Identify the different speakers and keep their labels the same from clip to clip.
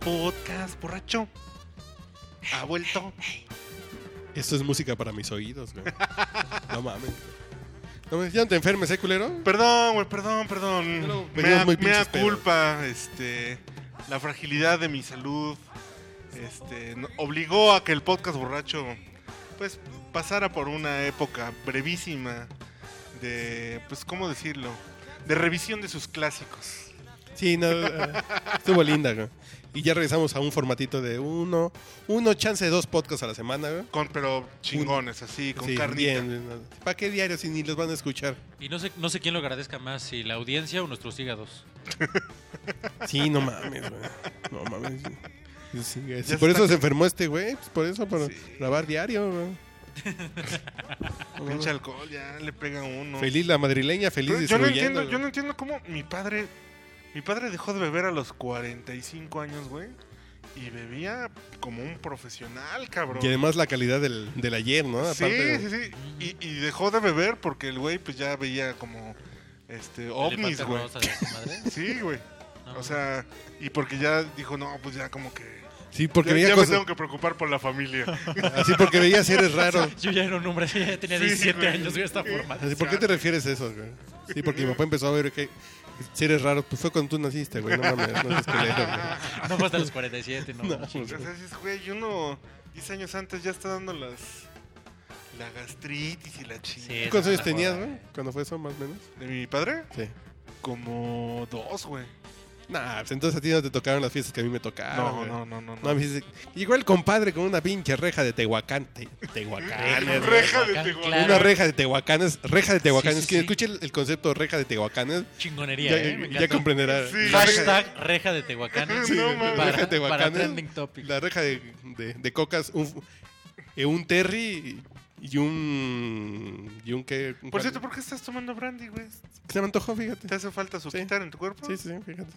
Speaker 1: podcast, borracho. Ha vuelto.
Speaker 2: Esto es música para mis oídos, güey. No mames. No mames, ya no te enfermes, ¿eh, culero?
Speaker 1: Perdón, güey, perdón,
Speaker 2: Yo no,
Speaker 1: perdón. Me
Speaker 2: venías
Speaker 1: da,
Speaker 2: muy
Speaker 1: me da
Speaker 2: pinches pedos.
Speaker 1: culpa, este, la fragilidad de mi salud, este, no- obligó a que el podcast borracho, pues, pasara por una época brevísima de, pues, ¿cómo decirlo? De revisión de sus clásicos.
Speaker 2: Sí, no. eh, estuvo linda, güey. Y ya regresamos a un formatito de uno, uno chance dos podcasts a la semana, güey.
Speaker 1: Con, pero chingones, así, con
Speaker 2: Sí,
Speaker 1: carnita.
Speaker 2: bien, bien. ¿Para qué diario si ni los van a escuchar?
Speaker 3: Y no sé, no sé quién lo agradezca más, si la audiencia o nuestros hígados.
Speaker 2: Sí, no mames, güey. No mames. Sí, Pues sí, güey. Si
Speaker 1: Ya
Speaker 2: por
Speaker 1: está
Speaker 2: eso se enfermó este güey, pues por eso, para
Speaker 1: Sí.
Speaker 2: grabar diario, güey.
Speaker 1: Pinche alcohol, ya le pega a uno.
Speaker 2: Feliz la madrileña, feliz
Speaker 1: Pero yo no
Speaker 2: distribuyendo,
Speaker 1: entiendo, yo
Speaker 2: güey.
Speaker 1: no entiendo cómo mi padre mi padre dejó de beber a los 45 años, güey, y bebía como un profesional, cabrón.
Speaker 2: Y además la calidad del, del ayer, ¿no?
Speaker 1: sí, sí, sí. Y, y dejó de beber porque el güey pues ya veía como este ovnis,
Speaker 3: Elefante
Speaker 1: güey.
Speaker 3: rosa de su madre.
Speaker 1: Sí, güey.
Speaker 3: No.
Speaker 1: O sea, y porque ya dijo, "No, pues ya como que
Speaker 2: Sí, porque
Speaker 1: ya,
Speaker 2: veía
Speaker 1: ya me
Speaker 2: cosas.
Speaker 1: tengo que preocupar por la familia."
Speaker 2: Así porque veía seres raros.
Speaker 3: Yo ya era un hombre, yo ya tenía
Speaker 1: Sí,
Speaker 3: 17
Speaker 1: güey.
Speaker 3: años, güey, esta forma.
Speaker 2: Así, ¿Por qué te refieres a eso, güey? Sí, porque mi papá empezó a ver que seres raros. Pues fue cuando tú naciste, güey. No mames, no seas culero, güey.
Speaker 3: No fue hasta los 47, no. pues,
Speaker 2: No,
Speaker 1: o sea, dices, güey, uno 10 años antes ya está dando las la gastritis y la chingada.
Speaker 3: Sí.
Speaker 2: ¿Tú ¿Cuántos
Speaker 3: Esa
Speaker 2: años
Speaker 3: es la
Speaker 2: tenías,
Speaker 3: joda.
Speaker 2: güey? Cuando fue eso, más o menos.
Speaker 1: ¿De mi padre?
Speaker 2: Sí.
Speaker 1: Como dos, güey.
Speaker 2: Nah, pues entonces a ti no te tocaron las fiestas que a mí me tocaron.
Speaker 1: No,
Speaker 2: Ah, güey.
Speaker 1: no, no, no.
Speaker 2: No, me dices, llegó el compadre con una pinche reja de Tehuacán. Te- tehuacanes. güey.
Speaker 1: Reja de
Speaker 3: Acá,
Speaker 1: Tehuacán.
Speaker 3: claro.
Speaker 2: Una reja de Tehuacanes. Reja de Tehuacanes.
Speaker 3: Sí, sí,
Speaker 2: Quien
Speaker 3: sí.
Speaker 2: escuche el, el concepto de reja de Tehuacanes,
Speaker 3: Chingonería,
Speaker 2: ya,
Speaker 3: eh, me
Speaker 2: ya
Speaker 3: encanta.
Speaker 2: comprenderá.
Speaker 1: Sí.
Speaker 2: La reja-
Speaker 3: Hashtag reja de Tehuacanes.
Speaker 1: Sí, no mames.
Speaker 3: para,
Speaker 2: Reja de
Speaker 3: para
Speaker 2: Tehuacanes.
Speaker 3: trending topic.
Speaker 2: La reja de, de- de cocas, un, eh, un terry y un. ¿Y un qué?
Speaker 1: Por
Speaker 2: Un cual-
Speaker 1: cierto, ¿por qué estás tomando brandy, güey?
Speaker 2: Se me antojó, fíjate.
Speaker 1: ¿Te hace falta su
Speaker 2: Sí.
Speaker 1: quitar en tu cuerpo?
Speaker 2: Sí, sí, sí, fíjate.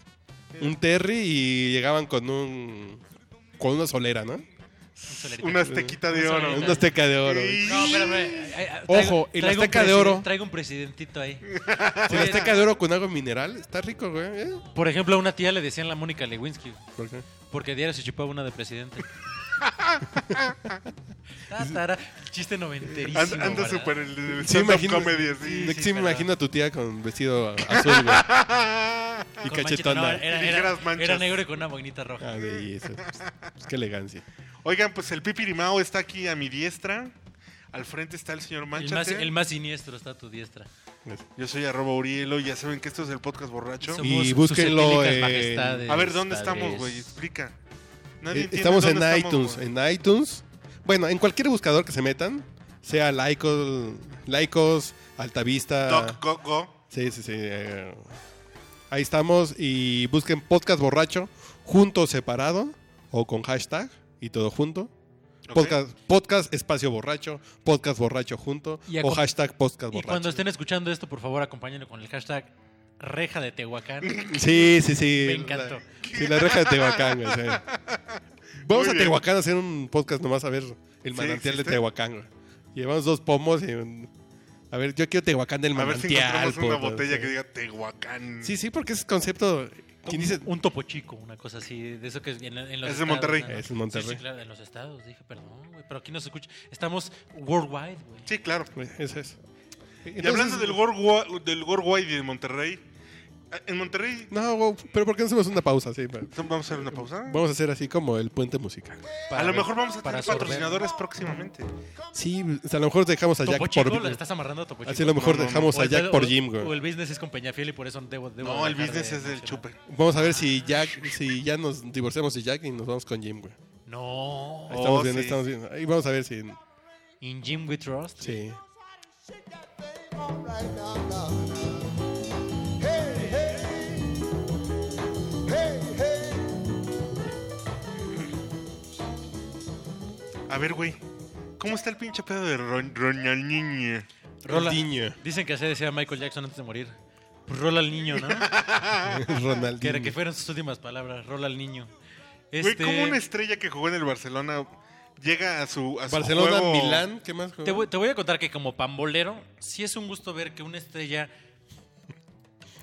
Speaker 1: Mira.
Speaker 2: Un terry y llegaban con un. Con una solera, ¿no?
Speaker 3: Un solerito.
Speaker 1: Una aztequita de
Speaker 3: Una
Speaker 1: oro.
Speaker 3: solita.
Speaker 2: Un azteca de oro.
Speaker 1: Sí.
Speaker 3: No, espérame. ay, ay,
Speaker 2: Ojo,
Speaker 3: traigo-
Speaker 2: el
Speaker 3: traigo un
Speaker 2: Azteca de
Speaker 3: presi-
Speaker 2: Oro.
Speaker 3: Traigo un presidentito ahí.
Speaker 2: Si la azteca de oro con algo mineral, está rico, güey. ¿eh?
Speaker 3: Por ejemplo, a una tía le decían la Mónica Lewinsky.
Speaker 2: ¿Por qué?
Speaker 3: Porque a diario se chupaba una de presidente. Ta, tara, chiste noventerísimo.
Speaker 1: Anda, anda
Speaker 3: ¿verdad?
Speaker 1: súper el, el
Speaker 2: Sí,
Speaker 1: stand-up
Speaker 2: imagino-
Speaker 1: comedy, así.
Speaker 2: Sí,
Speaker 3: sí,
Speaker 2: me
Speaker 3: pero-
Speaker 2: imagino a tu tía con vestido azul, güey. y
Speaker 3: Con manchita,
Speaker 2: cachetona.
Speaker 3: no, era,
Speaker 1: Y
Speaker 3: era-
Speaker 1: ligeras manchas.
Speaker 3: era negro y con una boinita roja.
Speaker 2: Ah, belleza. Pues, qué elegancia.
Speaker 1: Oigan, pues el Pipirimao está aquí a mi diestra. Al frente está el señor
Speaker 3: El más,
Speaker 1: Manchate.
Speaker 3: el más siniestro está a tu diestra.
Speaker 1: Yo soy arroba Urielo y ya saben que esto es el podcast borracho.
Speaker 3: Somos
Speaker 2: Y
Speaker 3: sus
Speaker 2: búsquenlo
Speaker 3: etílicas
Speaker 2: en-
Speaker 3: majestades,
Speaker 1: A ver, ¿dónde estamos,
Speaker 3: padres.
Speaker 1: güey? Explica. Nadie
Speaker 2: Eh,
Speaker 1: entiende
Speaker 2: Estamos en
Speaker 1: dónde
Speaker 2: iTunes,
Speaker 1: güey.
Speaker 2: en iTunes. Bueno, en cualquier buscador que se metan, sea Lycos, Lycos Altavista.
Speaker 1: Doc, go, go.
Speaker 2: Sí, sí, sí. eh, ahí estamos y busquen podcast borracho, junto o separado o con hashtag y todo junto.
Speaker 1: Ok.
Speaker 2: Podcast, podcast espacio borracho, podcast borracho junto
Speaker 3: Y a
Speaker 2: o
Speaker 3: co-
Speaker 2: hashtag podcast
Speaker 3: Y
Speaker 2: borracho.
Speaker 3: cuando estén escuchando esto, por favor, acompáñenlo con el hashtag reja de Tehuacán.
Speaker 2: Sí, sí, sí.
Speaker 3: Me encantó.
Speaker 2: La- Sí, la reja de Tehuacán, güey. sí. Vamos
Speaker 1: Muy
Speaker 2: a
Speaker 1: bien.
Speaker 2: Tehuacán a hacer un podcast nomás a ver el
Speaker 1: Sí,
Speaker 2: manantial de
Speaker 1: existe.
Speaker 2: Tehuacán, güey. Llevamos dos pomos y... un- A ver, yo quiero Tehuacán del
Speaker 1: A ver si
Speaker 2: manantial.
Speaker 1: encontramos una
Speaker 2: puta,
Speaker 1: botella
Speaker 2: sí.
Speaker 1: que diga Tehuacán.
Speaker 2: Sí, sí, porque ese concepto... ¿Quién dice?
Speaker 3: Un topo chico, una cosa así, de eso que en, en los
Speaker 1: Es de Monterrey.
Speaker 3: ¿no?
Speaker 2: Es en Monterrey.
Speaker 3: Sí, sí, claro, en los estados, dije, perdón, güey, pero aquí no se escucha. Estamos worldwide, güey.
Speaker 1: Sí, claro.
Speaker 2: Güey, Eso es.
Speaker 1: y hablando del Worldwide del Worldwide de Monterrey, eh, en Monterrey
Speaker 2: No, wow, pero ¿por qué no hacemos una pausa? Sí, pero-
Speaker 1: vamos a hacer una pausa.
Speaker 2: Vamos a hacer así como el puente musical.
Speaker 1: A lo mejor vamos a tener
Speaker 3: para absorber.
Speaker 1: patrocinadores próximamente.
Speaker 2: Sí, o sea, a lo mejor dejamos a Jack
Speaker 3: Topo chico,
Speaker 2: por...
Speaker 3: la estás amarrando a Topo chico.
Speaker 2: Así a lo mejor
Speaker 1: No, no, no.
Speaker 2: dejamos
Speaker 3: O
Speaker 2: a
Speaker 3: el
Speaker 2: Jack
Speaker 3: pedo-
Speaker 2: por
Speaker 3: o-
Speaker 2: Jim, güey.
Speaker 3: O el business es con Peñafiel y por eso debo, debo
Speaker 1: No, el
Speaker 3: dejar
Speaker 1: business
Speaker 3: de
Speaker 1: es del
Speaker 3: mencionar.
Speaker 1: chupe.
Speaker 2: Vamos a ver si Jack, si ya nos divorciamos de Jack y nos vamos con Jim, güey.
Speaker 3: No.
Speaker 2: Ahí estamos
Speaker 1: Oh,
Speaker 2: bien,
Speaker 1: sí.
Speaker 2: estamos bien. Ahí vamos a ver si.
Speaker 3: In Jim We Trust.
Speaker 2: Sí.
Speaker 1: A ver, güey. ¿Cómo está el pinche pedo de Ron- Ronaldinho?
Speaker 3: Rola.
Speaker 2: Ronaldinho.
Speaker 3: Dicen que así decía Michael Jackson antes de morir. Pues rola al niño, ¿no? que, era- que
Speaker 2: Ronaldinho.
Speaker 3: fueron sus últimas palabras. Rola al niño.
Speaker 1: Güey,
Speaker 3: Este,
Speaker 1: ¿cómo una estrella que jugó en el Barcelona llega a su, a su
Speaker 2: Barcelona,
Speaker 1: juego?
Speaker 2: Milán, ¿qué más?
Speaker 3: te, voy, te voy a contar que como pambolero, sí es un gusto ver que una estrella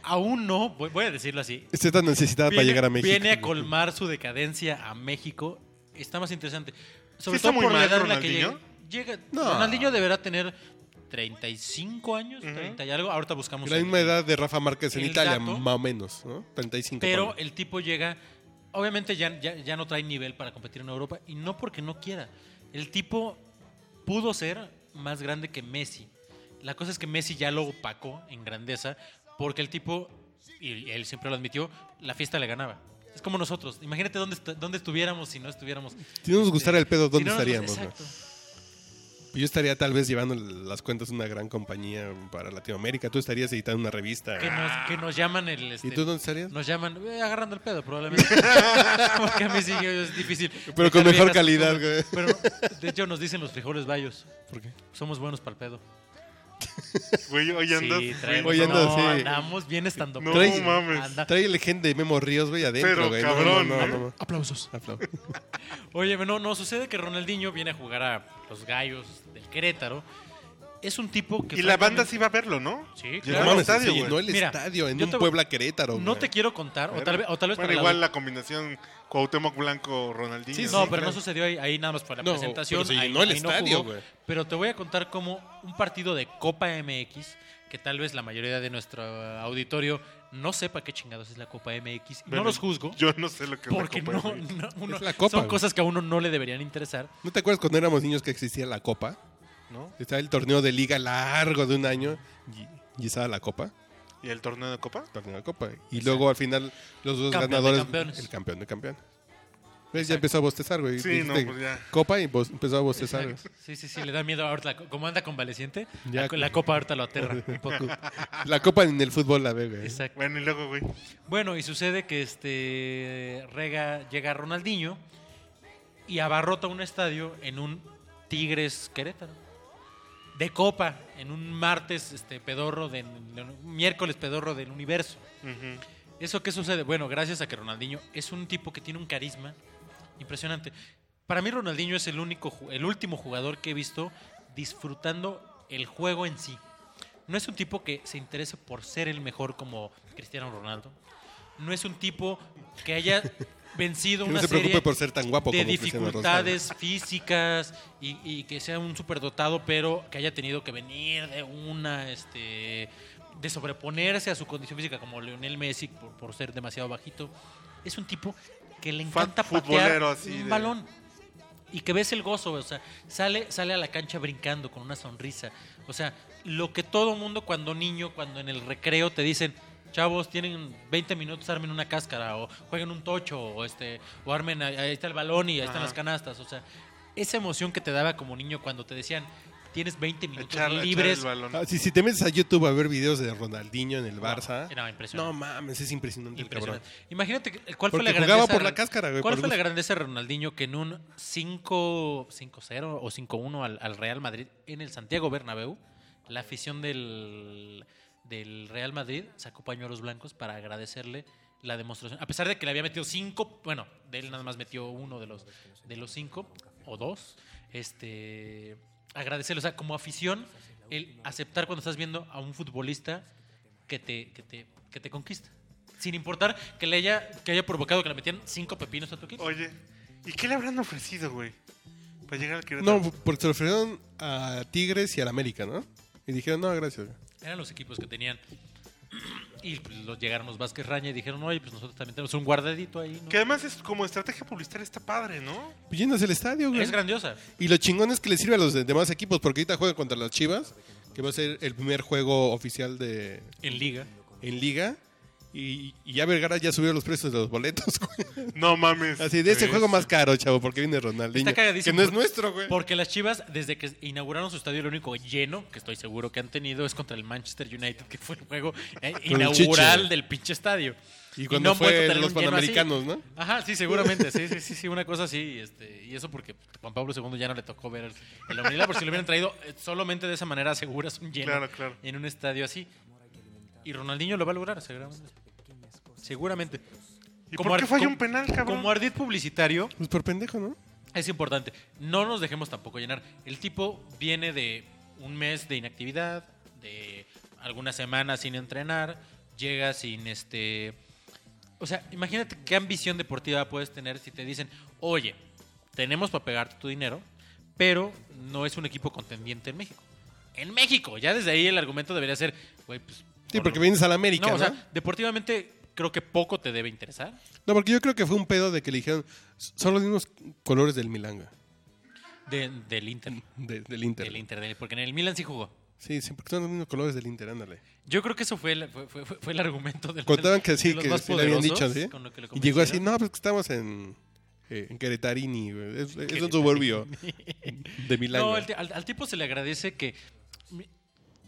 Speaker 3: aún no, voy, voy a decirlo así.
Speaker 2: Esta es Este tan necesitada para
Speaker 3: viene-
Speaker 2: llegar a México.
Speaker 3: Viene a colmar su decadencia a México. Está más interesante. Sobre
Speaker 1: está
Speaker 3: todo
Speaker 1: muy
Speaker 3: por la
Speaker 1: mal
Speaker 3: edad en la que llega.
Speaker 1: Ronaldinho?
Speaker 3: llega
Speaker 2: No.
Speaker 3: Ronaldinho deberá tener 35 años,
Speaker 1: Ujú.
Speaker 3: 30 y algo. Ahorita buscamos.
Speaker 2: La
Speaker 3: el-
Speaker 2: misma edad de Rafa Márquez en
Speaker 3: El
Speaker 2: Italia,
Speaker 3: dato-
Speaker 2: más o menos, ¿no? 35.
Speaker 3: Pero
Speaker 2: ponle.
Speaker 3: el tipo llega, obviamente ya, ya, ya no trae nivel para competir en Europa y no porque no quiera. El tipo pudo ser más grande que Messi. La cosa es que Messi ya lo opacó en grandeza porque el tipo, y él siempre lo admitió, la fiesta le ganaba. Es como nosotros. Imagínate dónde, est- dónde estuviéramos si no estuviéramos.
Speaker 2: Si no nos gustara el pedo,
Speaker 3: Si
Speaker 2: ¿dónde
Speaker 3: no nos-
Speaker 2: estaríamos? güey?
Speaker 3: exacto.
Speaker 2: Yo estaría tal vez llevando las cuentas de una gran compañía para Latinoamérica. Tú estarías editando una revista.
Speaker 3: Que nos, que nos llaman el. este,
Speaker 2: ¿Y tú dónde estarías?
Speaker 3: Nos llaman eh, agarrando el pedo, probablemente. Porque a mí sí que es difícil.
Speaker 2: Pero con
Speaker 3: Dejar
Speaker 2: mejor
Speaker 3: viejas
Speaker 2: calidad,
Speaker 3: costumbres. Pero de hecho nos dicen los frijoles bayos.
Speaker 2: ¿Por qué?
Speaker 3: Somos buenos para el pedo.
Speaker 1: Güey, hoy andas.
Speaker 3: sí,
Speaker 1: güey,
Speaker 3: traemos,
Speaker 2: Oye, andas,
Speaker 3: no,
Speaker 2: sí.
Speaker 3: andamos bien estando.
Speaker 1: No
Speaker 2: traes-
Speaker 1: mames.
Speaker 3: Anda-
Speaker 2: Trae legenda de Memo Ríos, güey, adentro,
Speaker 1: Pero,
Speaker 2: güey.
Speaker 1: cabrón,
Speaker 2: no, no, no,
Speaker 1: ¿eh?
Speaker 2: no.
Speaker 3: Aplausos.
Speaker 2: Aflo.
Speaker 3: Oye, no, no, sucede que Ronaldinho viene a jugar a los gallos del Querétaro. Es un tipo que.
Speaker 1: Y la banda sí
Speaker 3: francamente-
Speaker 1: va a verlo, ¿no?
Speaker 3: Sí,
Speaker 1: Llegó
Speaker 2: No
Speaker 1: al
Speaker 3: claro.
Speaker 2: mames,
Speaker 1: estadio,
Speaker 2: se
Speaker 1: güey.
Speaker 2: llenó el
Speaker 3: Mira,
Speaker 2: estadio en
Speaker 3: yo
Speaker 2: un
Speaker 3: te-
Speaker 2: Puebla Querétaro.
Speaker 3: No
Speaker 2: güey.
Speaker 3: te quiero contar, o tal vez, o tal vez
Speaker 1: Bueno,
Speaker 3: para la
Speaker 1: igual la combinación Cuauhtémoc Blanco Ronaldinho.
Speaker 2: Sí, sí,
Speaker 3: No, pero
Speaker 2: claro.
Speaker 3: no sucedió ahí, ahí nada más para la
Speaker 2: No,
Speaker 3: presentación.
Speaker 2: pero se
Speaker 3: ahí-
Speaker 2: llenó el
Speaker 3: ahí no
Speaker 2: estadio,
Speaker 3: jugó.
Speaker 2: güey.
Speaker 3: Pero te voy a contar cómo un partido de Copa MX, que tal vez la mayoría de nuestro eh, auditorio no sepa qué chingados es la Copa MX, y
Speaker 1: Bueno,
Speaker 3: no los juzgo,
Speaker 1: Yo no sé lo que es la
Speaker 3: porque
Speaker 1: Copa
Speaker 3: no,
Speaker 1: MX.
Speaker 3: no- uno-
Speaker 2: Es la Copa,
Speaker 3: son
Speaker 2: güey.
Speaker 3: cosas que a uno no le deberían interesar.
Speaker 2: ¿No te acuerdas cuando éramos niños que existía la Copa?
Speaker 1: ¿No?
Speaker 2: Estaba el torneo de liga largo de un año y, y estaba la Copa.
Speaker 1: ¿Y el torneo de Copa?
Speaker 2: torneo de Copa. Y luego al final los dos
Speaker 3: Campeón de
Speaker 2: ganadores,
Speaker 3: campeones.
Speaker 2: el campeón de campeón. ¿Ves? Ya empezó a bostezar, güey.
Speaker 1: Sí,
Speaker 2: Dijiste
Speaker 1: no, pues ya.
Speaker 2: Copa y bos- empezó a bostezar. güey.
Speaker 3: Sí, sí, sí, le da miedo ahorita. la co- Como anda convaleciente,
Speaker 2: Ya.
Speaker 3: la, co- la Copa ahorita lo aterra un poco.
Speaker 2: La Copa en el fútbol la ve, güey.
Speaker 3: Exacto.
Speaker 1: Bueno, y luego, güey.
Speaker 3: Bueno, y sucede que este rega, llega Ronaldinho y abarrota un estadio en un Tigres Querétaro. De copa, en un martes este, pedorro, de, de un miércoles pedorro del universo.
Speaker 1: Ujú.
Speaker 3: ¿Eso qué sucede? Bueno, gracias a que Ronaldinho es un tipo que tiene un carisma impresionante. Para mí Ronaldinho es el único, ju- el último jugador que he visto disfrutando el juego en sí. No es un tipo que se interese por ser el mejor como Cristiano Ronaldo. No es un tipo que haya vencido
Speaker 2: Que
Speaker 3: una
Speaker 2: no se
Speaker 3: serie
Speaker 2: preocupe por ser tan guapo
Speaker 3: de
Speaker 2: como Cristiano Ronaldo.
Speaker 3: dificultades físicas y, y que sea un superdotado, pero que haya tenido que venir de una, este, de sobreponerse a su condición física como Leonel Messi por, por ser demasiado bajito. Es un tipo que le
Speaker 1: Fat
Speaker 3: encanta patear
Speaker 1: futbolero, así
Speaker 3: un
Speaker 1: de-
Speaker 3: balón y que ves el gozo, o sea, sale, sale a la cancha brincando con una sonrisa. O sea, lo que todo mundo cuando niño, cuando en el recreo te dicen, chavos, tienen 20 minutos, armen una cáscara, o jueguen un tocho, o este, o armen, ahí- ahí está el balón y ahí están
Speaker 1: Ajá.
Speaker 3: las canastas. O sea, esa emoción que te daba como niño cuando te decían, tienes 20 minutos
Speaker 1: Echar, echar
Speaker 3: libres.
Speaker 1: el balón.
Speaker 2: Ah, sí, si te metes a YouTube a ver videos de Ronaldinho en el Barça.
Speaker 3: no,
Speaker 2: No
Speaker 3: impresionante.
Speaker 2: mames, es impresionante,
Speaker 3: Impresionante.
Speaker 2: el
Speaker 3: Imagínate que- cuál fue
Speaker 2: Porque
Speaker 3: la grandeza.
Speaker 2: jugaba por
Speaker 3: de-
Speaker 2: la cáscara, güey,
Speaker 3: ¿Cuál
Speaker 2: por
Speaker 3: fue la
Speaker 2: gusto.
Speaker 3: grandeza de Ronaldinho que en un 5 5-0 o 5-1 al, al Real Madrid en el Santiago Bernabéu, la afición del, del Real Madrid sacó pañuelos blancos para agradecerle la demostración. A pesar de que le había metido 5, bueno, de él nada más metió uno de los de los 5 o dos, este agradecerle, o sea, como afición el aceptar cuando estás viendo a un futbolista que te, que te, que te conquista. Sin importar que le haya, que haya provocado que le metieran cinco pepinos a tu equipo.
Speaker 1: Oye, ¿y qué le habrán ofrecido, güey? Para llegar al Querétaro.
Speaker 2: cabrón. No, porque se lo ofrecieron a Tigres y al América, ¿no? Y dijeron, no, gracias. güey.
Speaker 3: Eran los equipos que tenían. Y pues, los llegaron los Vázquez Raña y dijeron, oye, pues nosotros también tenemos un guardadito ahí. ¿no?".
Speaker 1: Que además es como estrategia publicitaria está padre, ¿no?
Speaker 2: Pues llenas el estadio, güey.
Speaker 3: Es grandiosa.
Speaker 2: Y lo chingón es que le sirve a los de- demás equipos, porque ahorita juega contra las Chivas, que va a ser el primer juego oficial de
Speaker 3: En liga.
Speaker 2: en liga. Y, y ya Vergara ya subió los precios de los boletos, güey.
Speaker 1: No mames.
Speaker 2: Así, de ese
Speaker 1: Sí.
Speaker 2: juego más caro, chavo, porque viene Ronaldinho.
Speaker 3: Está
Speaker 2: Que
Speaker 3: cagadísimo.
Speaker 2: no es nuestro, güey.
Speaker 3: Porque las Chivas, desde que inauguraron su estadio, lo único lleno que estoy seguro que han tenido es contra el Manchester United, que fue el juego eh,
Speaker 2: Con el
Speaker 3: inaugural
Speaker 2: chiche.
Speaker 3: del pinche estadio.
Speaker 2: Y
Speaker 3: no
Speaker 2: cuando
Speaker 3: han vuelto a
Speaker 2: fue
Speaker 3: tener
Speaker 2: los
Speaker 3: un lleno así.
Speaker 2: Panamericanos, ¿no?
Speaker 3: Ajá, sí, seguramente, sí, sí, sí, sí, una cosa así, este, y eso porque Juan Pablo II ya no le tocó ver el, el Omnilá, porque si lo hubieran traído eh, solamente de esa manera aseguras un lleno
Speaker 1: Claro, claro.
Speaker 3: en un estadio así. Y Ronaldinho lo va a lograr, seguramente. Seguramente.
Speaker 1: ¿Y
Speaker 3: Como
Speaker 1: por qué
Speaker 3: ar-
Speaker 1: falló
Speaker 3: como-
Speaker 1: un penal, cabrón?
Speaker 3: Como ardid publicitario,
Speaker 2: Pues por pendejo, ¿no?
Speaker 3: es importante. No nos dejemos tampoco llenar. El tipo viene de un mes de inactividad, de algunas semanas sin entrenar, llega sin este... O sea, imagínate qué ambición deportiva puedes tener si te dicen, oye, tenemos para pegarte tu dinero, pero no es un equipo contendiente en México. En México, ya desde ahí el argumento debería ser, güey, pues...
Speaker 2: Sí,
Speaker 3: por
Speaker 2: porque
Speaker 3: lo-
Speaker 2: vienes a la América, ¿no?
Speaker 3: No, o sea, deportivamente creo que poco te debe interesar.
Speaker 2: No, porque yo creo que fue un pedo de que le dijeron, son los mismos colores del Milanga,
Speaker 3: De- del Inter.
Speaker 2: de- del Inter.
Speaker 3: Del Inter, del- porque en el Milan sí jugó.
Speaker 2: Sí, sí, porque son los mismos colores del Inter, ándale.
Speaker 3: Yo creo que eso fue el, fue, fue- fue- fue el argumento del
Speaker 2: Contaban que sí,
Speaker 3: de los
Speaker 2: que
Speaker 3: más
Speaker 2: sí le habían dicho,
Speaker 3: poderosos,
Speaker 2: ¿sí?
Speaker 3: con lo que lo
Speaker 2: Y llegó así,
Speaker 3: convencieron.
Speaker 2: no, pues que estamos en, eh, en Queretarini, güey. Es, es un suburbio de Milanga.
Speaker 3: No, al, ti- al- al tipo se le agradece que. mi-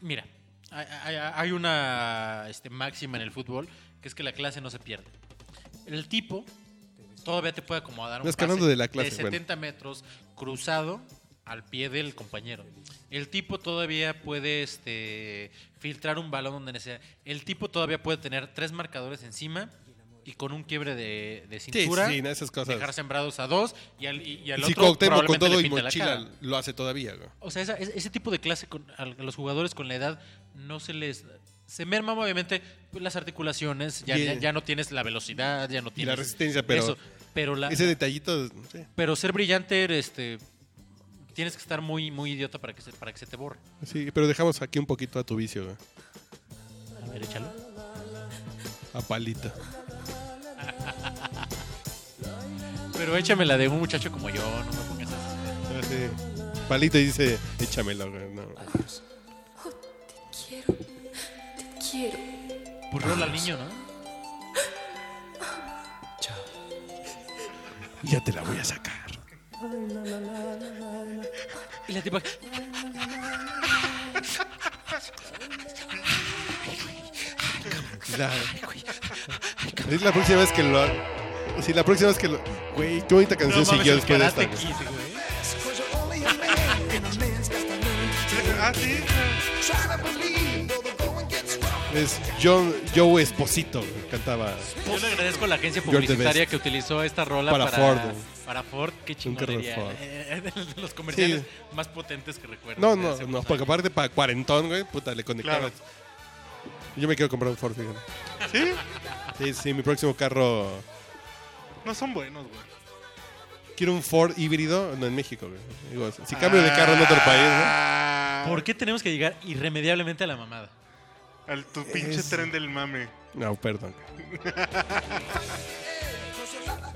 Speaker 3: Mira, hay, hay- hay una este, máxima en el fútbol que es que la clase no se pierde. El tipo todavía te puede acomodar un
Speaker 2: No, es que hablando
Speaker 3: pase
Speaker 2: de la clase, bueno.
Speaker 3: 70 metros cruzado al pie del compañero. El tipo todavía puede este, filtrar un balón donde necesita. El tipo todavía puede tener tres marcadores encima y con un quiebre de, de
Speaker 2: sí,
Speaker 3: cintura.
Speaker 2: sí, no, esas cosas.
Speaker 3: Dejar sembrados a dos y al, y, y al
Speaker 2: Y si
Speaker 3: otro
Speaker 2: Cuauhtémoc con
Speaker 3: probablemente
Speaker 2: todo
Speaker 3: le
Speaker 2: y
Speaker 3: pinte la cara.
Speaker 2: mochila lo hace todavía, güey.
Speaker 3: O sea, esa- es- ese tipo de clase con, a los jugadores con la edad no se les... Se merman obviamente pues, las articulaciones, ya,
Speaker 2: Y-
Speaker 3: ya, ya no tienes la velocidad, ya no tienes...
Speaker 2: resistencia, pero
Speaker 3: pero, la-
Speaker 2: Ese detallito, sí,
Speaker 3: pero ser brillante, este, tienes que estar muy, muy idiota para que, se, para que se te borre.
Speaker 2: sí, pero dejamos aquí un poquito a tu vicio, güey.
Speaker 3: A ver, échalo.
Speaker 2: A palita.
Speaker 3: Pero échamela de un muchacho como yo, no me pongas así.
Speaker 2: Ah, sí. Palita dice, échamelo, güey. No.
Speaker 4: Quiero, te quiero.
Speaker 3: Por favor, Pues al niño, ¿no?
Speaker 2: Ya te la voy a sacar.
Speaker 3: Y la tipa...
Speaker 2: Pues La- Es la próxima vez que lo. Sí, la próxima vez que lo. Güey, qué bonita canción siguió
Speaker 3: el
Speaker 2: después de esta.
Speaker 3: Karate
Speaker 2: güey.
Speaker 3: Kid, güey.
Speaker 5: Cause you're only a man, and a man's got to learn.
Speaker 1: Ah, sí.
Speaker 5: Try to believe, though the going gets rough.
Speaker 2: Es John, Joe Esposito, güey, cantaba.
Speaker 3: Yo le agradezco a la agencia
Speaker 2: You're the
Speaker 3: publicitaria
Speaker 2: best.
Speaker 3: que utilizó esta rola
Speaker 2: Para
Speaker 3: para,
Speaker 2: Ford.
Speaker 3: Para Ford,
Speaker 2: carro
Speaker 3: qué
Speaker 2: de
Speaker 3: chingonería.
Speaker 2: Ford.
Speaker 3: Eh, de los comerciales más potentes que recuerdo.
Speaker 2: No,
Speaker 3: de
Speaker 2: no,
Speaker 3: hace
Speaker 2: no,
Speaker 3: unos
Speaker 2: porque
Speaker 3: años.
Speaker 2: aparte para cuarentón, güey, puta, le conectaba.
Speaker 1: Claro.
Speaker 2: Yo me quiero comprar un Ford, fíjate.
Speaker 1: ¿Sí?
Speaker 2: Sí, sí, mi próximo carro.
Speaker 1: No son buenos, güey.
Speaker 2: Quiero un Ford híbrido, no en México, güey. Digo, si cambio de carro en
Speaker 1: Ah.
Speaker 2: otro país, Ah.
Speaker 3: ¿Por qué tenemos que llegar irremediablemente a la mamada?
Speaker 1: Al tu pinche
Speaker 2: Es-
Speaker 1: tren del mame.
Speaker 2: ¿no? No, perdón.
Speaker 5: Cause you're not a man,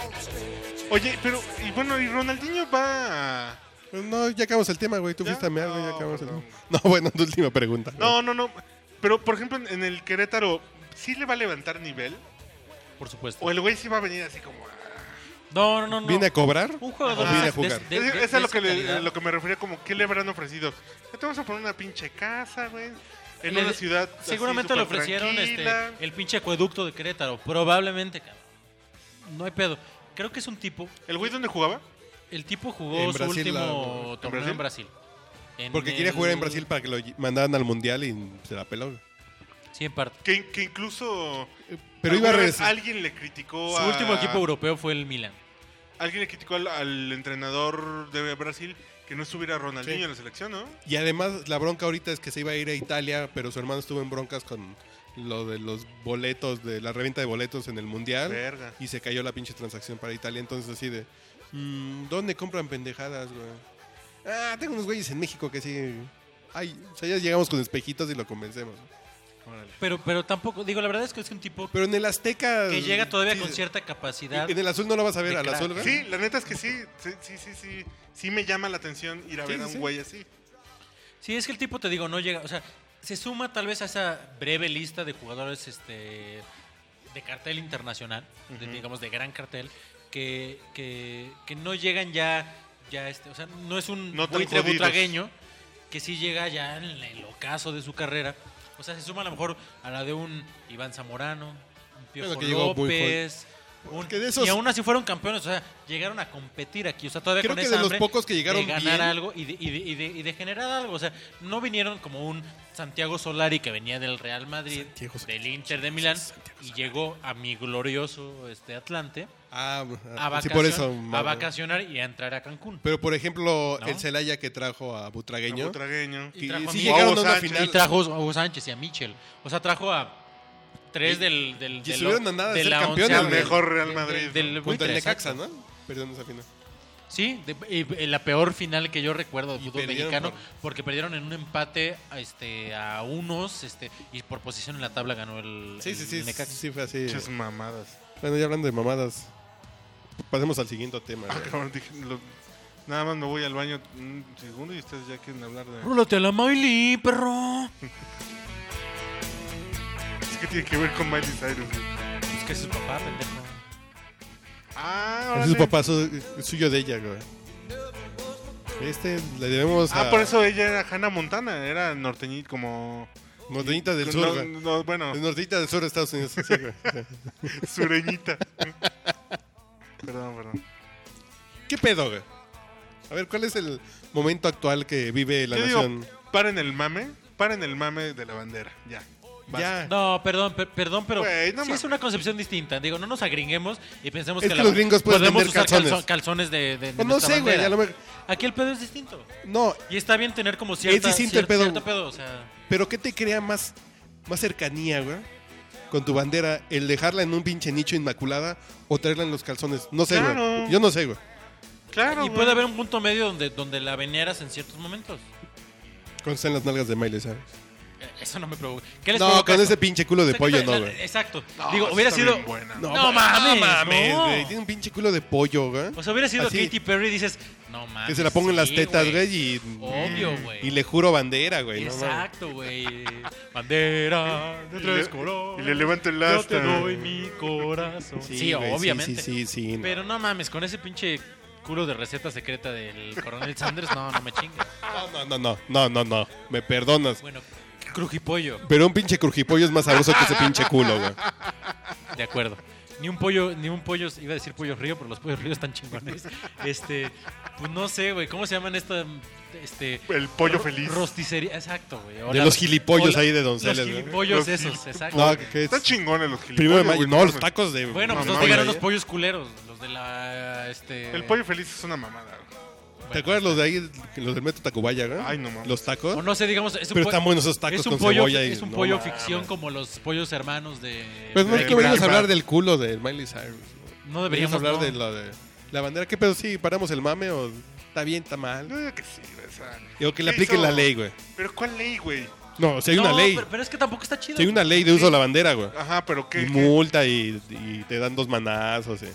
Speaker 5: on the stage.
Speaker 1: Oye, pero, y bueno, y Ronaldinho va a-
Speaker 2: No, ya acabamos el tema, güey. Tú
Speaker 1: ¿Ya?
Speaker 2: fuiste a mear, güey, ya
Speaker 1: No,
Speaker 2: acabamos el
Speaker 1: perdón.
Speaker 2: No, bueno, tu última pregunta.
Speaker 1: No, no, no. Pero, por ejemplo, en- en el Querétaro, ¿sí le va a levantar nivel?
Speaker 3: Por supuesto.
Speaker 1: ¿O el güey sí va a venir así como...
Speaker 3: No, no, no. no.
Speaker 2: ¿Viene a cobrar?
Speaker 3: Un jugador
Speaker 1: Ah,
Speaker 2: viene a
Speaker 3: de-
Speaker 2: jugar.
Speaker 3: de- de-
Speaker 1: Es,
Speaker 3: de
Speaker 1: es a lo
Speaker 3: esa
Speaker 1: que, le-
Speaker 3: calidad.
Speaker 1: lo que me refería, como, ¿qué le habrán ofrecido? Ya te vamos a poner una pinche casa, güey. En
Speaker 3: Le-
Speaker 1: una ciudad. así
Speaker 3: Seguramente le
Speaker 1: súper
Speaker 3: ofrecieron este,
Speaker 1: tranquila.
Speaker 3: el pinche acueducto de Querétaro. Probablemente, cabrón. No hay pedo. Creo que es un tipo.
Speaker 1: ¿El güey dónde jugaba?
Speaker 3: El tipo jugó
Speaker 2: En
Speaker 3: su
Speaker 2: Brasil,
Speaker 3: último
Speaker 2: la-
Speaker 3: torneo en Brasil. En
Speaker 2: Porque quería
Speaker 3: el-
Speaker 2: jugar en Brasil para que lo lle- mandaran al mundial y se la peló. güey.
Speaker 3: Sí, en parte.
Speaker 1: Que, in- que incluso.
Speaker 2: Pero iba
Speaker 1: alguna
Speaker 2: a
Speaker 1: vez
Speaker 2: regresar.
Speaker 1: Alguien le criticó.
Speaker 3: Su
Speaker 1: a-
Speaker 3: último equipo europeo fue el Milan.
Speaker 1: Alguien le criticó al, al entrenador de Brasil que no estuviera Ronaldinho
Speaker 2: Sí.
Speaker 1: en la selección, ¿no?
Speaker 2: Y además, la bronca ahorita es que se iba a ir a Italia, pero su hermano estuvo en broncas con lo de los boletos, de la reventa de boletos en el mundial.
Speaker 1: Verga.
Speaker 2: Y se cayó la pinche transacción para Italia. Entonces, así de. mm, ¿Dónde compran pendejadas, güey? Ah, tengo unos güeyes en México que sí. Ay, o sea, ya llegamos con espejitos y lo convencemos.
Speaker 3: Pero, pero tampoco, digo, la verdad es que es un tipo
Speaker 2: Pero en el Azteca.
Speaker 3: que llega todavía
Speaker 2: sí,
Speaker 3: con cierta capacidad.
Speaker 2: En el azul no lo vas a ver,
Speaker 3: de
Speaker 2: al
Speaker 3: crack.
Speaker 2: azul, güey.
Speaker 1: Sí, la neta es que sí. Sí, sí, sí. Sí, sí me llama la atención ir a
Speaker 2: Sí,
Speaker 1: ver a
Speaker 2: sí,
Speaker 1: un
Speaker 2: sí.
Speaker 1: güey así.
Speaker 3: Sí, es que el tipo, te digo, no llega, o sea, se suma tal vez a esa breve lista de jugadores este de cartel internacional, de, digamos, de gran cartel, que, que, que no llegan ya, ya este, o sea, no es un
Speaker 1: No tan
Speaker 3: buitre
Speaker 1: jodidos.
Speaker 3: butragueño que sí llega ya en el ocaso de su carrera. O sea, se suma a lo mejor a la de un Iván Zamorano, un Piojo
Speaker 2: Bueno, que llegó muy joven.
Speaker 3: López. un-
Speaker 2: Que de esos-
Speaker 3: Y aún así fueron campeones, o sea, llegaron a competir aquí. O sea, todavía
Speaker 2: Creo
Speaker 3: con
Speaker 2: que
Speaker 3: esa
Speaker 2: de los
Speaker 3: hambre
Speaker 2: pocos que llegaron
Speaker 3: de ganar
Speaker 2: bien.
Speaker 3: algo y de, y de- y de- y de generar algo. O sea, no vinieron como un Santiago Solari que venía del Real Madrid,
Speaker 2: Santiago Solari.
Speaker 3: del Inter de Milán y llegó a mi glorioso este Atlante
Speaker 2: Ah,
Speaker 3: a,
Speaker 2: sí,
Speaker 3: vacacion-
Speaker 2: por eso.
Speaker 3: a
Speaker 2: mamá.
Speaker 3: vacacionar y a entrar a Cancún.
Speaker 2: Pero por ejemplo,
Speaker 3: ¿No?
Speaker 2: el Celaya que trajo a Butragueño.
Speaker 1: Tragueño.
Speaker 3: Y trajo a
Speaker 2: sí
Speaker 3: Miguel
Speaker 2: llegaron a una
Speaker 1: Sánchez.
Speaker 2: final.
Speaker 3: Y trajo a Hugo Sánchez y a Mitchell. O sea, trajo a 3 del, del,
Speaker 2: y
Speaker 3: del-
Speaker 2: estuvieron a nada de
Speaker 3: de
Speaker 2: ser
Speaker 3: la
Speaker 2: campeones,
Speaker 3: onceava.
Speaker 1: El
Speaker 2: güey.
Speaker 1: mejor Real
Speaker 3: Del-
Speaker 1: Madrid.
Speaker 3: del
Speaker 2: Contra el
Speaker 3: buitre,
Speaker 2: Necaxa,
Speaker 3: exacto.
Speaker 2: ¿no? Perdón esa final.
Speaker 3: Sí, de- y- y la peor final que yo recuerdo de
Speaker 2: Y
Speaker 3: fútbol
Speaker 2: perdieron
Speaker 3: mexicano,
Speaker 2: por-
Speaker 3: porque perdieron en un empate a, este, a unos este, y por posición en la tabla ganó el,
Speaker 2: Sí,
Speaker 3: el
Speaker 2: sí, sí.
Speaker 3: Necaxa.
Speaker 2: Sí, fue así.
Speaker 1: Muchas mamadas.
Speaker 2: Bueno, ya hablando de mamadas, pasemos al siguiente tema.
Speaker 1: Ah,
Speaker 2: güey.
Speaker 1: cabrón, dije, lo- nada más me voy al baño un segundo y ustedes ya quieren hablar de...
Speaker 3: Rúlate a la Miley, perro.
Speaker 1: Es que tiene que ver con Miley Cyrus. güey.
Speaker 3: Es que es su papá, pendejo.
Speaker 1: Ah,
Speaker 2: Ese
Speaker 1: órale.
Speaker 2: es su papá su- suyo de ella, güey. Este le debemos a
Speaker 1: Ah, por eso ella era Hannah Montana, era norteñita como...
Speaker 2: Norteñita del
Speaker 1: no,
Speaker 2: Sur, güey.
Speaker 1: no, bueno,
Speaker 2: Es Norteñita del Sur de Estados Unidos. sí, güey.
Speaker 1: sureñita. perdón, perdón.
Speaker 2: ¿Qué pedo, güey? A ver, ¿cuál es el momento actual que vive la
Speaker 1: Yo digo,
Speaker 2: nación?
Speaker 1: paren el mame, paren el mame de la bandera, ya.
Speaker 2: ya.
Speaker 3: No, perdón, per- perdón, pero
Speaker 1: Güey, no
Speaker 3: sí es
Speaker 1: mames.
Speaker 3: una concepción distinta. Digo, no nos agringuemos y pensemos
Speaker 2: Es
Speaker 3: que,
Speaker 2: que
Speaker 3: la-
Speaker 2: los gringos pueden
Speaker 3: podemos
Speaker 2: vender
Speaker 3: usar calzo-
Speaker 2: calzones.
Speaker 3: calzones, de, de- de
Speaker 2: Pues no
Speaker 3: nuestra
Speaker 2: sé, güey.
Speaker 3: bandera.
Speaker 2: a lo mejor-
Speaker 3: Aquí el pedo es distinto.
Speaker 2: No,
Speaker 3: Y está bien tener como cierta,
Speaker 2: distinto el
Speaker 3: cier-
Speaker 2: pedo.
Speaker 3: cierto pedo, o sea,
Speaker 2: pero ¿qué te crea más, más cercanía, güey? Con tu bandera, el dejarla en un pinche nicho inmaculada o traerla en los calzones. No sé, güey.
Speaker 1: Claro.
Speaker 2: Yo no sé, güey.
Speaker 1: Claro,
Speaker 3: y
Speaker 1: güey.
Speaker 3: puede haber un punto medio donde, donde la veneras en ciertos momentos.
Speaker 2: Cuando están las nalgas de Miley, ¿sabes?
Speaker 3: Eh, Eso no me provoca. ¿Qué les
Speaker 2: No,
Speaker 3: provoca
Speaker 2: con
Speaker 3: eso?
Speaker 2: ese pinche culo
Speaker 3: O
Speaker 2: de
Speaker 3: sea,
Speaker 2: pollo,
Speaker 3: ¿qué
Speaker 2: no,
Speaker 3: tal-
Speaker 2: güey.
Speaker 3: Exacto.
Speaker 1: No,
Speaker 3: Digo,
Speaker 1: sí
Speaker 3: hubiera
Speaker 1: está
Speaker 3: sido.
Speaker 1: bien buena.
Speaker 3: No,
Speaker 2: ma-
Speaker 3: mames, no.
Speaker 2: güey. Tiene un pinche culo de pollo, güey.
Speaker 3: O sea, hubiera sido
Speaker 2: Así,
Speaker 3: Katy Perry y dices, no mames.
Speaker 2: Que se la pongan en las
Speaker 3: sí,
Speaker 2: tetas, güey, y,
Speaker 3: Obvio, güey.
Speaker 2: y le juro bandera, güey. no mames.
Speaker 3: Exacto, güey. Bandera de
Speaker 1: Y
Speaker 3: tres
Speaker 1: le-
Speaker 3: colores.
Speaker 1: y le levanto el
Speaker 3: Yo te
Speaker 1: asta.
Speaker 3: doy mi corazón. Sí,
Speaker 2: güey,
Speaker 3: obviamente.
Speaker 2: Sí, sí, sí. no.
Speaker 3: Pero no mames, con ese pinche culo de receta secreta del coronel Sanders, no, no me chingas.
Speaker 2: No, no, no, no, no, no. Me perdonas.
Speaker 3: Bueno, crujipollo,
Speaker 2: Pero un pinche crujipollo es más sabroso que ese pinche culo, güey.
Speaker 3: de acuerdo. Ni un pollo, ni un pollo, iba a decir pollo río, pero los pollos ríos están chingones. Este, pues no sé, güey, ¿cómo se llaman esta, este...
Speaker 1: El pollo
Speaker 3: ro-
Speaker 1: feliz.
Speaker 3: Rosticería, exacto, güey. O
Speaker 2: De
Speaker 3: la-
Speaker 2: los gilipollos
Speaker 3: o la-
Speaker 2: ahí de Donceles,
Speaker 3: Los
Speaker 2: güey.
Speaker 3: gilipollos
Speaker 1: Los
Speaker 3: esos,
Speaker 1: gilipollos.
Speaker 3: exacto.
Speaker 2: No, que que es
Speaker 1: Están chingones los gilipollas.
Speaker 2: primero de mayo.
Speaker 1: güey,
Speaker 2: No, los
Speaker 1: mames.
Speaker 2: tacos de.
Speaker 3: Bueno, pues
Speaker 1: No
Speaker 3: nos
Speaker 1: mames.
Speaker 3: llegaron
Speaker 2: ahí.
Speaker 3: los pollos culeros, los de la, este...
Speaker 1: El pollo feliz es una mamada. güey.
Speaker 2: ¿Te acuerdas los de ahí, los del Metro Tacubaya, güey?
Speaker 1: Ay, no mames.
Speaker 2: Los tacos.
Speaker 3: O no sé, digamos, es un
Speaker 2: Pero
Speaker 3: po-
Speaker 2: están buenos esos tacos
Speaker 3: es un
Speaker 2: con
Speaker 3: pollo,
Speaker 2: cebolla y-
Speaker 3: Es un
Speaker 2: no
Speaker 3: pollo
Speaker 2: mames.
Speaker 3: ficción como los pollos hermanos de.
Speaker 2: Pero no
Speaker 3: de-
Speaker 2: hay que
Speaker 1: venir
Speaker 2: venimos a
Speaker 1: Black
Speaker 2: hablar
Speaker 1: Bar.
Speaker 2: del culo de Miley Cyrus.
Speaker 3: no
Speaker 2: Venimos
Speaker 3: deberíamos
Speaker 2: a hablar
Speaker 3: no.
Speaker 2: de la de la bandera. ¿Qué pedo? Sí, paramos el mame o está bien, está
Speaker 1: Yo
Speaker 2: mal.
Speaker 1: digo que sí, güey. o sea,
Speaker 2: O que le
Speaker 1: ¿qué
Speaker 2: apliquen
Speaker 1: hizo?
Speaker 2: la ley, güey.
Speaker 1: Pero ¿cuál ley, güey?
Speaker 2: No, si hay una
Speaker 3: No,
Speaker 2: ley.
Speaker 3: Pero, pues, pero es que tampoco está chido.
Speaker 2: Si hay una ley de uso de la bandera, güey.
Speaker 1: Ajá, pero ¿qué?
Speaker 2: Y
Speaker 1: qué?
Speaker 2: multa y, y te dan dos manazos. eh.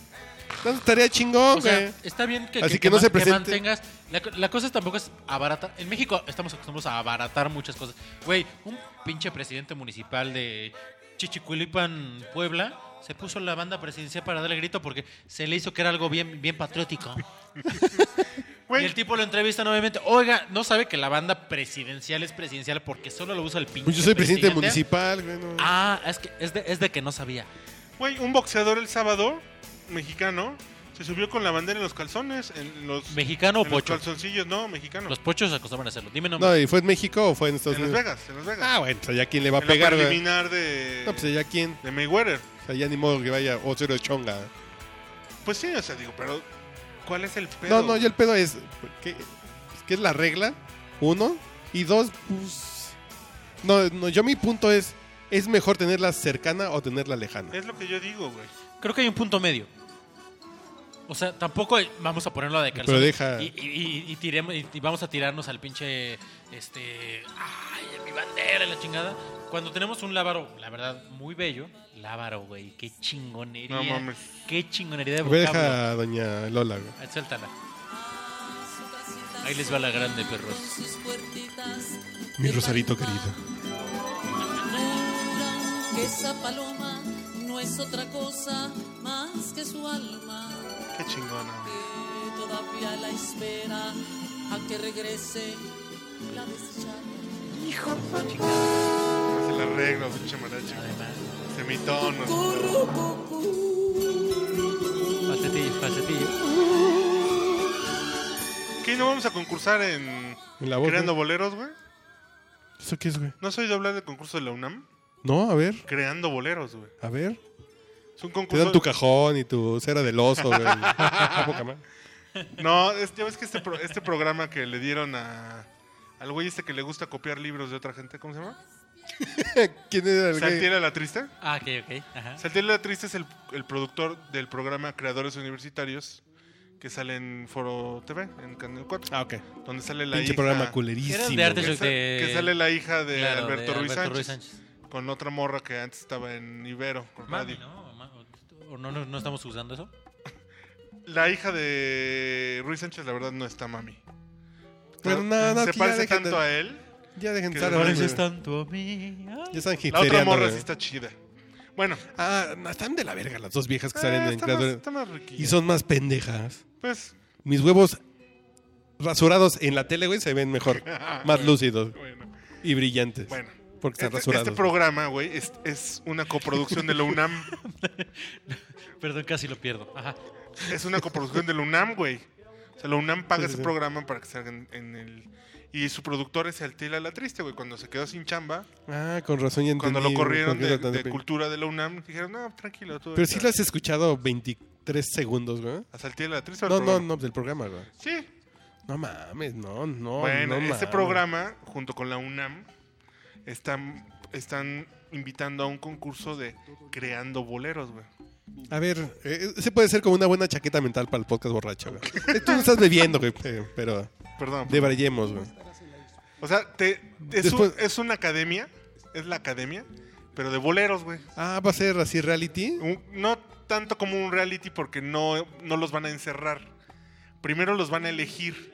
Speaker 2: Entonces estaría chingón,
Speaker 3: O sea,
Speaker 2: güey.
Speaker 3: está bien que,
Speaker 2: Así que no
Speaker 3: ma-
Speaker 2: se presente.
Speaker 3: mantengas. La, co- la cosa es tampoco es abaratar. En México estamos acostumbrados a abaratar muchas cosas. Güey, un pinche presidente municipal de Chichicuilipan, Puebla, se puso la banda presidencial para darle grito porque se le hizo que era algo bien, bien patriótico. Y el
Speaker 1: Güey,
Speaker 3: tipo lo entrevista nuevamente. Oiga, no sabe que la banda presidencial es presidencial porque solo lo usa el pinche.
Speaker 2: Pues yo soy presidente
Speaker 3: presidente?
Speaker 2: municipal, güey. no.
Speaker 3: Ah, es, que, es, de, es de que no sabía.
Speaker 1: güey, un boxeador el sábado, mexicano, se subió con la bandera en los calzones, en los...
Speaker 3: ¿Mexicano o
Speaker 1: en los
Speaker 3: pocho?
Speaker 1: calzoncillos, no, mexicano.
Speaker 3: Los pochos acostumbran a hacerlo. Dime nombre.
Speaker 2: No, ¿y fue en México o fue en Estados
Speaker 1: en Las
Speaker 2: Unidos?
Speaker 1: Vegas, en Las Vegas.
Speaker 2: Ah, bueno, pues allá quién le va a
Speaker 1: En la
Speaker 2: pegar, güey.
Speaker 1: preliminar de...
Speaker 2: No, pues allá quién.
Speaker 1: De Mayweather.
Speaker 2: O sea, ya ni modo que vaya otro de chonga.
Speaker 1: Pues sí, o sea, digo, pero ¿cuál es el
Speaker 2: No,
Speaker 1: pedo?
Speaker 2: no, ya el pedo es. ¿Qué, pues, qué es la regla? Uno. Y dos, pues. No, no, yo mi punto es. ¿Es mejor tenerla cercana o tenerla lejana?
Speaker 1: Es lo que yo digo, güey.
Speaker 3: Creo que hay un punto medio. O sea, tampoco hay- vamos a ponerlo de calzón.
Speaker 2: Pero deja-
Speaker 3: Y, y- y- y tiremos, y, y vamos a tirarnos al pinche. Este. Ay, mi bandera y la chingada. Cuando tenemos un lábaro, la verdad, muy bello. Lábaro, güey. Qué chingonería.
Speaker 1: No mames.
Speaker 3: Qué chingonería de
Speaker 2: Voy a dejar
Speaker 3: vocablo.
Speaker 2: a doña Lola, güey.
Speaker 3: Ahí, Suéltala. Ahí les va la grande, perros.
Speaker 2: Mi Rosarito querido.
Speaker 6: que esa paloma no es otra cosa más que su alma
Speaker 1: Qué chingona. güey.
Speaker 6: que todavía la espera a que regrese la desdichada.
Speaker 1: Se la arregla, pinche maracha.
Speaker 3: Además,
Speaker 1: Semitono.
Speaker 3: falsetillo, falsetillo.
Speaker 1: ¿Qué no vamos a concursar en
Speaker 2: En la voz,
Speaker 1: Creando
Speaker 2: ¿no?
Speaker 1: Boleros, güey?
Speaker 2: ¿Eso qué es, güey?
Speaker 1: ¿No soy de hablar del concurso de la UNAM?
Speaker 2: No, a ver,
Speaker 1: Creando Boleros, güey.
Speaker 2: a ver.
Speaker 1: Es un
Speaker 2: Te
Speaker 1: concurso.
Speaker 2: dan tu cajón y tu cera del oso, güey. Ah, poca madre.
Speaker 1: No, es, ya ves que este, pro- este programa que le dieron a. Al güey este que le gusta copiar libros de otra gente, ¿cómo se llama?
Speaker 2: Eh, ¿Quién era el güey?
Speaker 1: Saltiel la triste.
Speaker 3: Ah, ok, ok. Ajá.
Speaker 1: Saltiel la triste es el, el productor del programa Creadores Universitarios que sale en Foro TV, en Canal 4.
Speaker 2: Ah, ok.
Speaker 1: donde sale la
Speaker 2: Pinche
Speaker 1: hija.
Speaker 2: programa culerísimo.
Speaker 3: Eran de arte
Speaker 2: güey.
Speaker 1: que, sa-
Speaker 3: de-
Speaker 1: que sale la hija de
Speaker 3: Claro,
Speaker 1: Alberto, Ruiz, Sánchez,
Speaker 3: Sánchez.
Speaker 1: Con otra morra que antes estaba en Ibero. con
Speaker 3: Pues Mami,
Speaker 1: radio.
Speaker 3: ¿no? Ma- ¿O no, no, no estamos usando eso?
Speaker 1: La hija de Ruiz Sánchez, la verdad, no está mami.
Speaker 2: Pero no, no,
Speaker 1: se
Speaker 2: que ya
Speaker 1: parece
Speaker 2: dejen de-
Speaker 1: tanto a él.
Speaker 2: Ya dejen de
Speaker 1: que
Speaker 2: estar
Speaker 1: después
Speaker 2: hablando, güey.
Speaker 3: tanto a mí.
Speaker 2: Ya están
Speaker 1: La otra
Speaker 2: hitlereando,
Speaker 1: morra
Speaker 2: güey.
Speaker 1: sí está chida. Bueno,
Speaker 2: Ah, no, están de la verga las dos viejas que
Speaker 1: ah,
Speaker 2: salen en
Speaker 1: está, más,
Speaker 2: Creadores.
Speaker 1: está más riquilla.
Speaker 2: Y son más pendejas.
Speaker 1: Pues,
Speaker 2: Mis huevos rasurados en la tele, güey, se ven mejor. más lúcidos
Speaker 1: bueno.
Speaker 2: y brillantes.
Speaker 1: bueno.
Speaker 2: Porque están
Speaker 1: Este,
Speaker 2: rasurados.
Speaker 1: este programa, güey, es, es una coproducción de la UNAM.
Speaker 3: Perdón, casi lo pierdo. Ajá.
Speaker 1: es una coproducción de la UNAM, güey. O sea, la UNAM paga
Speaker 2: Sí, sí,
Speaker 1: ese
Speaker 2: sí.
Speaker 1: programa para que salga en, en el... Y su productor es Altila La Triste, güey. Cuando se quedó sin chamba,
Speaker 2: Ah, con razón ya entendí.
Speaker 1: cuando lo
Speaker 2: güey,
Speaker 1: corrieron
Speaker 2: por qué
Speaker 1: de,
Speaker 2: era tan
Speaker 1: de
Speaker 2: pendejo.
Speaker 1: cultura de la UNAM, dijeron, no, tranquilo. Tú
Speaker 2: Pero sí
Speaker 1: ahorita-
Speaker 2: lo has escuchado 23 segundos, güey.
Speaker 1: A Saltiel La Triste. o al
Speaker 2: No, no,
Speaker 1: programa?
Speaker 2: no, del programa, güey.
Speaker 1: Sí,
Speaker 2: No mames, no, no.
Speaker 1: Bueno,
Speaker 2: no
Speaker 1: este
Speaker 2: mames.
Speaker 1: programa, junto con la UNAM, están, están invitando a un concurso de creando boleros, güey.
Speaker 2: A ver, eh, ese puede ser como una buena chaqueta mental para el podcast borracho, güey. Eh, Tú no estás bebiendo, güey, eh, pero
Speaker 1: Perdón.
Speaker 2: debrayemos, güey.
Speaker 1: O sea, te- es, un-
Speaker 2: Después-
Speaker 1: es una academia, es la academia, pero de boleros, güey.
Speaker 2: Ah, va a ser así reality.
Speaker 1: Un- No tanto como un reality porque no, no los van a encerrar. Primero los van a elegir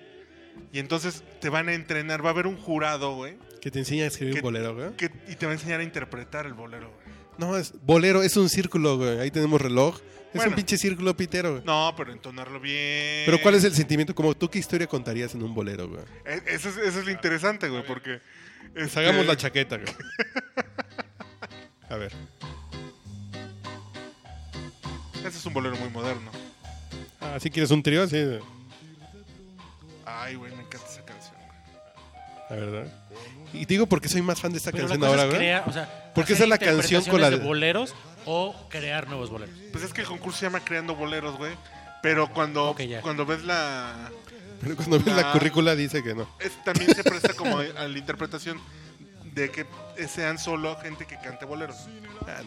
Speaker 1: y entonces te van a entrenar. Va a haber un jurado, güey,
Speaker 2: Que te enseña a escribir
Speaker 1: Que-
Speaker 2: un bolero, güey.
Speaker 1: que- y te va a enseñar a interpretar el bolero, güey.
Speaker 2: No, es bolero, es un círculo, güey. Ahí tenemos reloj. Es
Speaker 1: Bueno.
Speaker 2: un pinche círculo pitero, güey.
Speaker 1: No, eh. pero entonarlo bien.
Speaker 2: Pero ¿cuál es el sentimiento? Como tú, ¿qué historia contarías en un bolero, güey?
Speaker 1: E- Eso es, eso es lo interesante, güey, porque... este,
Speaker 2: Hagamos la chaqueta, güey. A ver.
Speaker 1: Ese este es un bolero muy moderno.
Speaker 2: Ah, si quieres un trío, así.
Speaker 1: Ay, güey, me encanta esa canción. güey.
Speaker 2: La verdad. Y te digo porque soy más fan de esta
Speaker 3: Pero la
Speaker 2: canción ahora,
Speaker 3: cosa es
Speaker 2: güey.
Speaker 3: crear, o sea,
Speaker 2: Porque
Speaker 3: hacer
Speaker 2: esa es la canción con la
Speaker 3: interpretaciones de
Speaker 2: de-
Speaker 3: boleros o crear nuevos boleros.
Speaker 1: Pues es que el concurso se llama Creando Boleros, güey. Pero cuando,
Speaker 3: Ok, ya.
Speaker 1: cuando ves la...
Speaker 2: Pero cuando ves la
Speaker 1: Ah.
Speaker 2: currícula dice que no.
Speaker 1: es- también se presta como a la interpretación de que sean solo gente que cante boleros. Ah,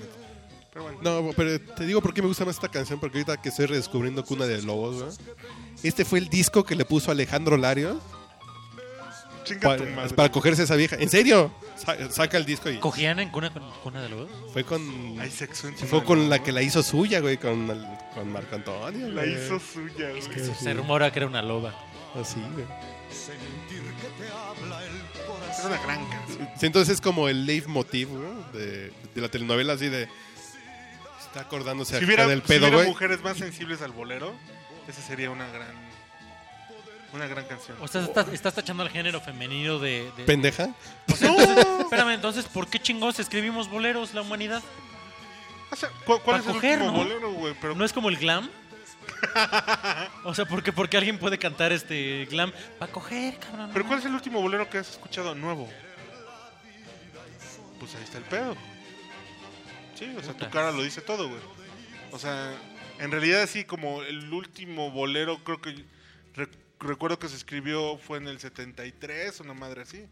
Speaker 1: Pero bueno.
Speaker 2: No, pero te digo por qué me gusta más esta canción, porque ahorita que estoy redescubriendo Cuna de Lobos, güey. Este fue el disco que le puso Alejandro Larios
Speaker 1: Chinga tu
Speaker 2: para,
Speaker 1: madre.
Speaker 2: para cogerse a esa vieja. ¿En serio? Sa- saca el disco y
Speaker 3: ¿Cogían en cuna, con- cuna de lobos?
Speaker 2: fue con...
Speaker 1: Hay sexo en
Speaker 2: Se
Speaker 1: tu
Speaker 2: fue con
Speaker 1: mano,
Speaker 2: la
Speaker 1: ¿no?
Speaker 2: que la hizo suya, güey, con, el- con Marco Antonio.
Speaker 1: La
Speaker 2: güey.
Speaker 1: hizo suya, güey.
Speaker 3: Se, se rumora que era una loba.
Speaker 2: Así, güey.
Speaker 1: Es una gran canción.
Speaker 2: Sí, entonces es como el leitmotiv, güey, de, de la telenovela, así de. Está acordándose
Speaker 1: Si
Speaker 2: acá
Speaker 1: hubiera,
Speaker 2: del
Speaker 1: si
Speaker 2: pedo,
Speaker 1: hubiera
Speaker 2: güey.
Speaker 1: mujeres más sensibles al bolero, esa sería una gran... Una gran canción.
Speaker 3: O sea, estás, estás tachando al género femenino de... de-
Speaker 2: Pendeja.
Speaker 3: O sea, entonces, espérame, entonces, ¿por qué chingados escribimos boleros la humanidad?
Speaker 1: O sea, ¿cu- ¿Cuál
Speaker 3: Pa'
Speaker 1: es el
Speaker 3: coger,
Speaker 1: último
Speaker 3: ¿no?
Speaker 1: bolero, güey? Pero
Speaker 3: ¿No es como el glam? O sea, ¿por qué, porque alguien puede cantar este glam? Para coger, cabrón.
Speaker 1: ¿Pero cuál es el último bolero que has escuchado nuevo? Pues ahí está el pedo. Sí, o sea, tu
Speaker 3: Puta.
Speaker 1: cara lo dice todo, güey. O sea, en realidad así como el último bolero, creo que re- recuerdo que se escribió fue en el 73, una madre así.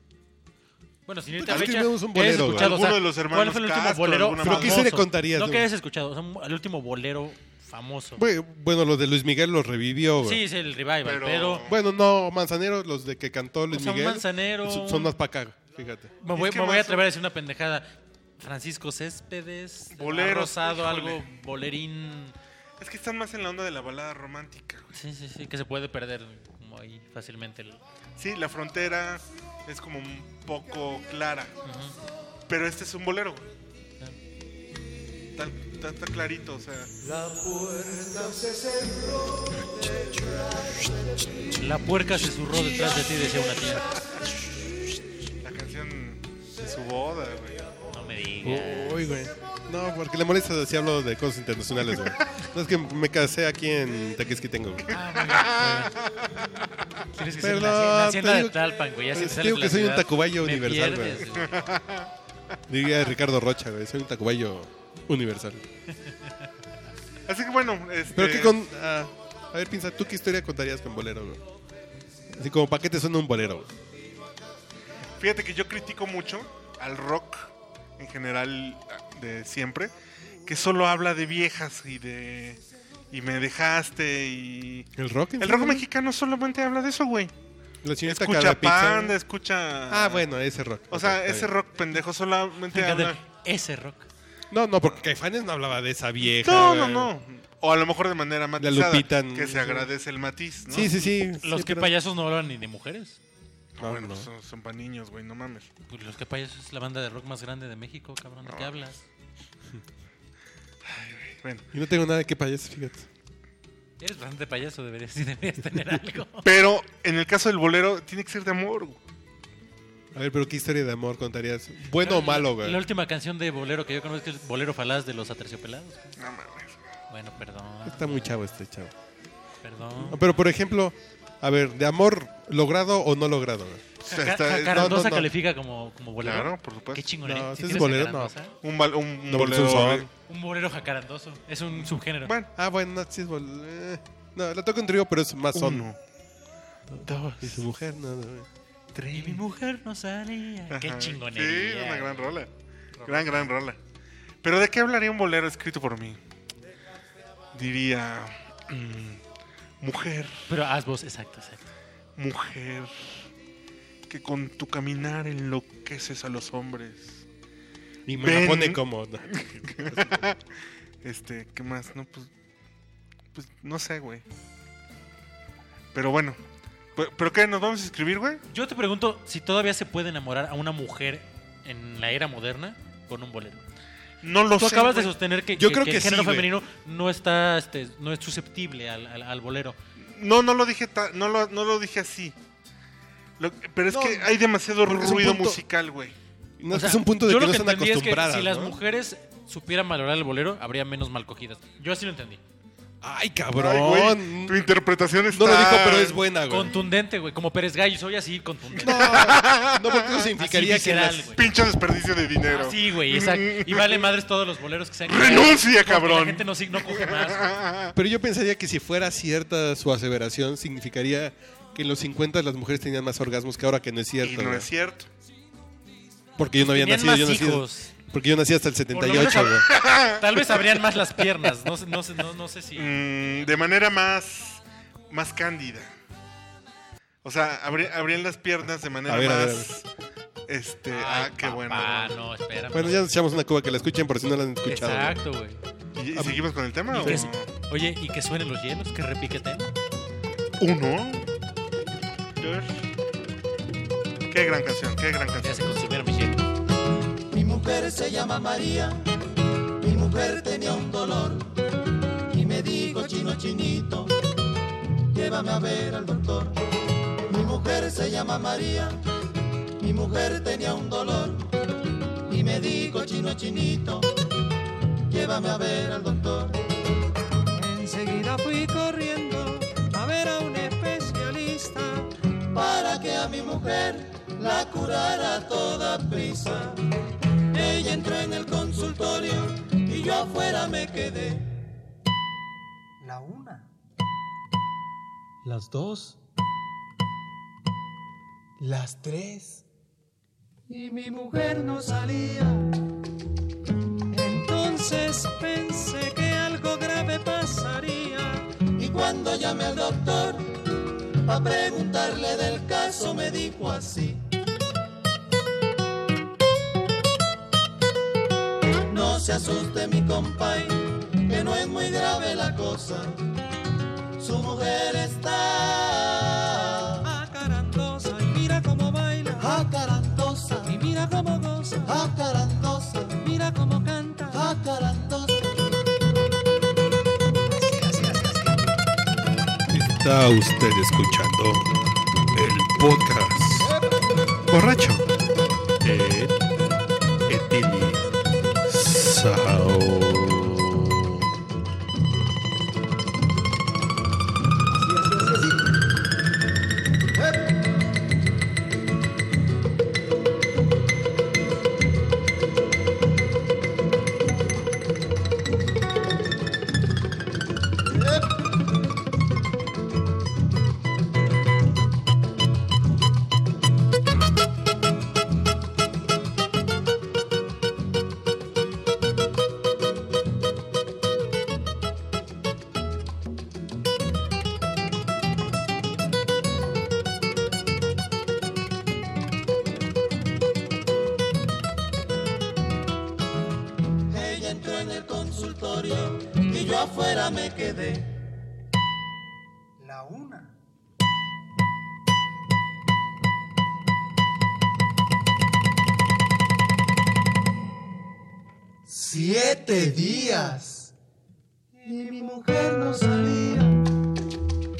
Speaker 3: Bueno, sin irte a
Speaker 2: Pues
Speaker 3: fecha,
Speaker 2: escribimos un
Speaker 3: ¿qué hayas
Speaker 2: bolero, güey.
Speaker 3: escuchado?
Speaker 1: Alguno de los hermanos
Speaker 3: ¿Cuál fue el último
Speaker 1: Castro,
Speaker 3: bolero
Speaker 1: alguna
Speaker 2: ¿Pero qué se le
Speaker 3: famoso?
Speaker 2: contarías,
Speaker 3: No
Speaker 2: güey?
Speaker 3: que hayas escuchado, o sea, un- el último bolero famoso.
Speaker 2: Güey, Bueno, los de Luis Miguel los revivió, güey.
Speaker 3: Sí, es el revival,
Speaker 1: Pero-
Speaker 3: pero...
Speaker 2: Bueno, no, Manzanero, los de que cantó Luis
Speaker 3: sea, un
Speaker 2: Miguel.
Speaker 3: Manzanero.
Speaker 2: so- Son más para acá, fíjate.
Speaker 3: me, voy,
Speaker 1: Es que
Speaker 3: me voy a
Speaker 1: más-
Speaker 3: atrever a decir una pendejada. Francisco Céspedes,
Speaker 1: Boleros,
Speaker 3: bolero, Rosado,
Speaker 1: híjole.
Speaker 3: algo bolerín.
Speaker 1: Es que están más en la onda de la balada romántica, güey.
Speaker 3: Sí, sí, sí, que se puede perder como ahí fácilmente. el-
Speaker 1: Sí, la frontera es como un poco clara. Pero este es un bolero, güey. Está, está- está clarito, o sea.
Speaker 3: La puerca se zurró detrás de ti, decía una tía.
Speaker 1: La canción de su boda, güey.
Speaker 3: No me digas.
Speaker 2: Uy, güey. No, porque le molesta si hablo de cosas internacionales, güey. No es que me casé aquí en Tequisquitengo, güey.
Speaker 3: Ah, muy bien, muy bien. Tienes que ser en la- en la
Speaker 2: Perdón,
Speaker 3: hacienda
Speaker 2: te
Speaker 3: de
Speaker 2: digo-
Speaker 3: Tlalpan, güey. Ya si
Speaker 2: te
Speaker 3: te sales
Speaker 2: digo
Speaker 3: de
Speaker 2: que
Speaker 3: la
Speaker 2: soy un
Speaker 3: ciudad,
Speaker 2: Tacubaya
Speaker 3: me
Speaker 2: universal, güey.
Speaker 3: pierdes, güey.
Speaker 2: Diría Ricardo Rocha, güey. Soy un tacubayo universal.
Speaker 1: Así que bueno, este,
Speaker 2: Pero que con. ah, a ver, piensa, ¿tú qué historia contarías con bolero, güey? Así como, ¿para qué te suena un bolero? güey?
Speaker 1: fíjate que yo critico mucho al rock en general de siempre, que solo habla de viejas y de... Y me dejaste y...
Speaker 2: ¿El rock? en
Speaker 1: El
Speaker 2: general?
Speaker 1: rock mexicano solamente habla de eso, güey.
Speaker 2: La señorita
Speaker 1: Escucha
Speaker 2: Carapizza.
Speaker 1: panda, escucha...
Speaker 2: Ah, bueno, ese rock.
Speaker 1: O
Speaker 2: Ok,
Speaker 1: sea,
Speaker 2: está
Speaker 1: ese
Speaker 2: bien.
Speaker 1: rock pendejo solamente
Speaker 3: Fíjate,
Speaker 1: habla...
Speaker 3: ese rock.
Speaker 2: No, no, porque Caifanes no hablaba de esa vieja.
Speaker 1: No,
Speaker 2: güey.
Speaker 1: no, no. O a lo mejor de manera matizada,
Speaker 2: Lupita, no,
Speaker 1: que se
Speaker 2: no.
Speaker 1: agradece el matiz, ¿no?
Speaker 2: Sí, sí, sí.
Speaker 3: Los
Speaker 2: sí,
Speaker 3: que
Speaker 2: pero-
Speaker 3: payasos no hablan ni de mujeres.
Speaker 1: No,
Speaker 2: No,
Speaker 1: bueno,
Speaker 2: no.
Speaker 1: pues son, para niños, güey, no mames.
Speaker 3: Pues los que payasos es la banda de rock más grande de México, cabrón. ¿De qué hablas?
Speaker 1: Bueno.
Speaker 2: Y no tengo nada que payaso, fíjate.
Speaker 3: Eres bastante payaso, deberías, sí deberías tener algo.
Speaker 1: Pero en el caso del bolero, tiene que ser de amor. güey.
Speaker 2: A ver, pero ¿qué historia de amor contarías? ¿Bueno o malo, güey?
Speaker 3: La última canción de bolero que yo conozco es Bolero Falaz de los Aterciopelados.
Speaker 1: No mames.
Speaker 3: Bueno, perdón.
Speaker 2: Está muy chavo este chavo.
Speaker 3: Perdón.
Speaker 2: Pero, por ejemplo, a ver, ¿de amor logrado o no logrado? güey?
Speaker 1: O sea,
Speaker 3: Jaca-
Speaker 1: está-
Speaker 2: jacara-
Speaker 3: Jacarandosa
Speaker 2: no, no, no.
Speaker 3: califica como, como bolero.
Speaker 1: Claro, pues. por supuesto.
Speaker 3: Qué chingón. ¿eh?
Speaker 2: No,
Speaker 3: ¿Si
Speaker 2: ese es
Speaker 3: tienes
Speaker 2: bolero, no.
Speaker 3: jacarandosa?
Speaker 1: un, bal- un
Speaker 2: No, porque es
Speaker 1: bolero.
Speaker 2: un son.
Speaker 3: Un bolero jacarandoso. Es un subgénero.
Speaker 1: Bueno,
Speaker 2: Ah, bueno, no, sí es bol- eh. No, la toca en trío, pero es más son.
Speaker 1: uno.
Speaker 2: Y su mujer, no, no, güey.
Speaker 3: Y mi mujer no salía. Qué
Speaker 1: Ajá.
Speaker 3: chingonería. eh.
Speaker 1: Sí, una gran rola. Gran, gran rola. Pero ¿de qué hablaría un bolero escrito por mí? Diría. mm, mujer.
Speaker 3: Pero haz voz, exacto, exacto.
Speaker 1: Mujer, que con tu caminar enloqueces a los hombres.
Speaker 2: Y me
Speaker 1: Ven.
Speaker 2: la pone como. no.
Speaker 1: Este, ¿qué más? No, pues. Pues no sé, güey. Pero bueno. Pe- ¿Pero qué? ¿Nos vamos a escribir, güey?
Speaker 3: Yo te pregunto si todavía se puede enamorar a una mujer en la era moderna con un bolero.
Speaker 1: No lo
Speaker 3: Tú
Speaker 1: sé.
Speaker 3: acabas de
Speaker 1: güey.
Speaker 3: sostener que,
Speaker 2: Yo
Speaker 3: que-
Speaker 2: creo
Speaker 3: que
Speaker 2: que
Speaker 3: el género
Speaker 2: sí, güey.
Speaker 3: femenino no está este, no es susceptible al, al- al bolero.
Speaker 1: No, no lo dije, ta- no lo, no lo dije así. Lo- pero es
Speaker 2: No,
Speaker 1: que hay demasiado
Speaker 2: porque es un
Speaker 1: ruido
Speaker 2: punto-
Speaker 1: musical, güey.
Speaker 2: No, es
Speaker 3: O
Speaker 2: que
Speaker 3: sea,
Speaker 2: es un punto de
Speaker 3: yo
Speaker 2: que
Speaker 3: lo
Speaker 2: no están
Speaker 3: entendí es que
Speaker 2: acostumbradas.
Speaker 3: si las
Speaker 2: ¿no?
Speaker 3: mujeres supieran valorar el bolero, habría menos mal cogidas. Yo así lo entendí.
Speaker 2: Ay,
Speaker 1: Ay, güey,
Speaker 2: cabrón.
Speaker 1: tu interpretación está...
Speaker 2: no lo dijo, pero es buena, Ah, güey.
Speaker 3: Contundente, güey. Como Pérez Gallo, soy así contundente.
Speaker 2: No, no, porque eso significaría
Speaker 3: Así
Speaker 2: que
Speaker 3: visceral,
Speaker 2: las-
Speaker 3: güey.
Speaker 1: Pinche desperdicio de dinero.
Speaker 3: Así, güey, exacto. Y vale madres todos los boleros que sean.
Speaker 1: ¡Renuncia,
Speaker 3: Porque La
Speaker 1: cabrón!
Speaker 3: gente no, sig- no coge más. güey.
Speaker 2: Pero yo pensaría que si fuera cierta su aseveración, significaría que en los 50 las mujeres tenían más orgasmos que ahora, que no es
Speaker 1: Y
Speaker 2: cierto.
Speaker 1: no
Speaker 2: güey.
Speaker 1: es cierto.
Speaker 2: Porque yo no había
Speaker 3: Pues Tenían
Speaker 2: nacido,
Speaker 3: más
Speaker 2: yo nací-
Speaker 3: hijos.
Speaker 2: Porque yo nací hasta el
Speaker 3: Por lo menos
Speaker 2: 78, güey.
Speaker 3: Tal vez abrían más las piernas. No, sé- no, sé- no, no sé si.
Speaker 1: Mm, de manera más, más cándida. O sea, abri- abrían las piernas de manera
Speaker 2: A ver, a ver,
Speaker 1: más. Este.
Speaker 3: Ay,
Speaker 1: ah, qué bueno.
Speaker 3: papá, no, espera.
Speaker 2: Bueno, ya nos echamos una cuba que la escuchen por si no la han escuchado. güey.
Speaker 3: Exacto, güey.
Speaker 1: ¿Y, y seguimos con el tema?
Speaker 3: Y
Speaker 1: o-
Speaker 3: que su- Oye, y que suenen los hielos, que repiqueten.
Speaker 1: Uno. Dos. Qué gran canción, qué gran
Speaker 3: Ya
Speaker 1: canción.
Speaker 3: se consumieron mis hielos.
Speaker 6: Mi mujer se llama María, mi mujer tenía un dolor y me dijo chino chinito, llévame a ver al doctor. Mi mujer se llama María, mi mujer tenía un dolor y me dijo chino chinito, llévame a ver al doctor. Enseguida fui corriendo a ver a un especialista para que a mi mujer la curara a toda prisa. Ella entró en el consultorio y yo afuera me quedé. La una. Las dos. Las tres. Y mi mujer no salía. Entonces pensé que algo grave pasaría. Y cuando llamé al doctor, para preguntarle del caso, me dijo así. No se asuste mi compay, que no es muy grave la cosa. Su mujer está acarandosa y mira cómo baila. Acarandosa y mira cómo goza.
Speaker 5: Ah.
Speaker 6: Acarandosa, mira cómo canta. Acarandosa.
Speaker 2: Está usted escuchando el podcast borracho de Etili Sao.
Speaker 6: afuera me quedé.
Speaker 5: La una.
Speaker 6: Siete días. Y mi mujer no salía.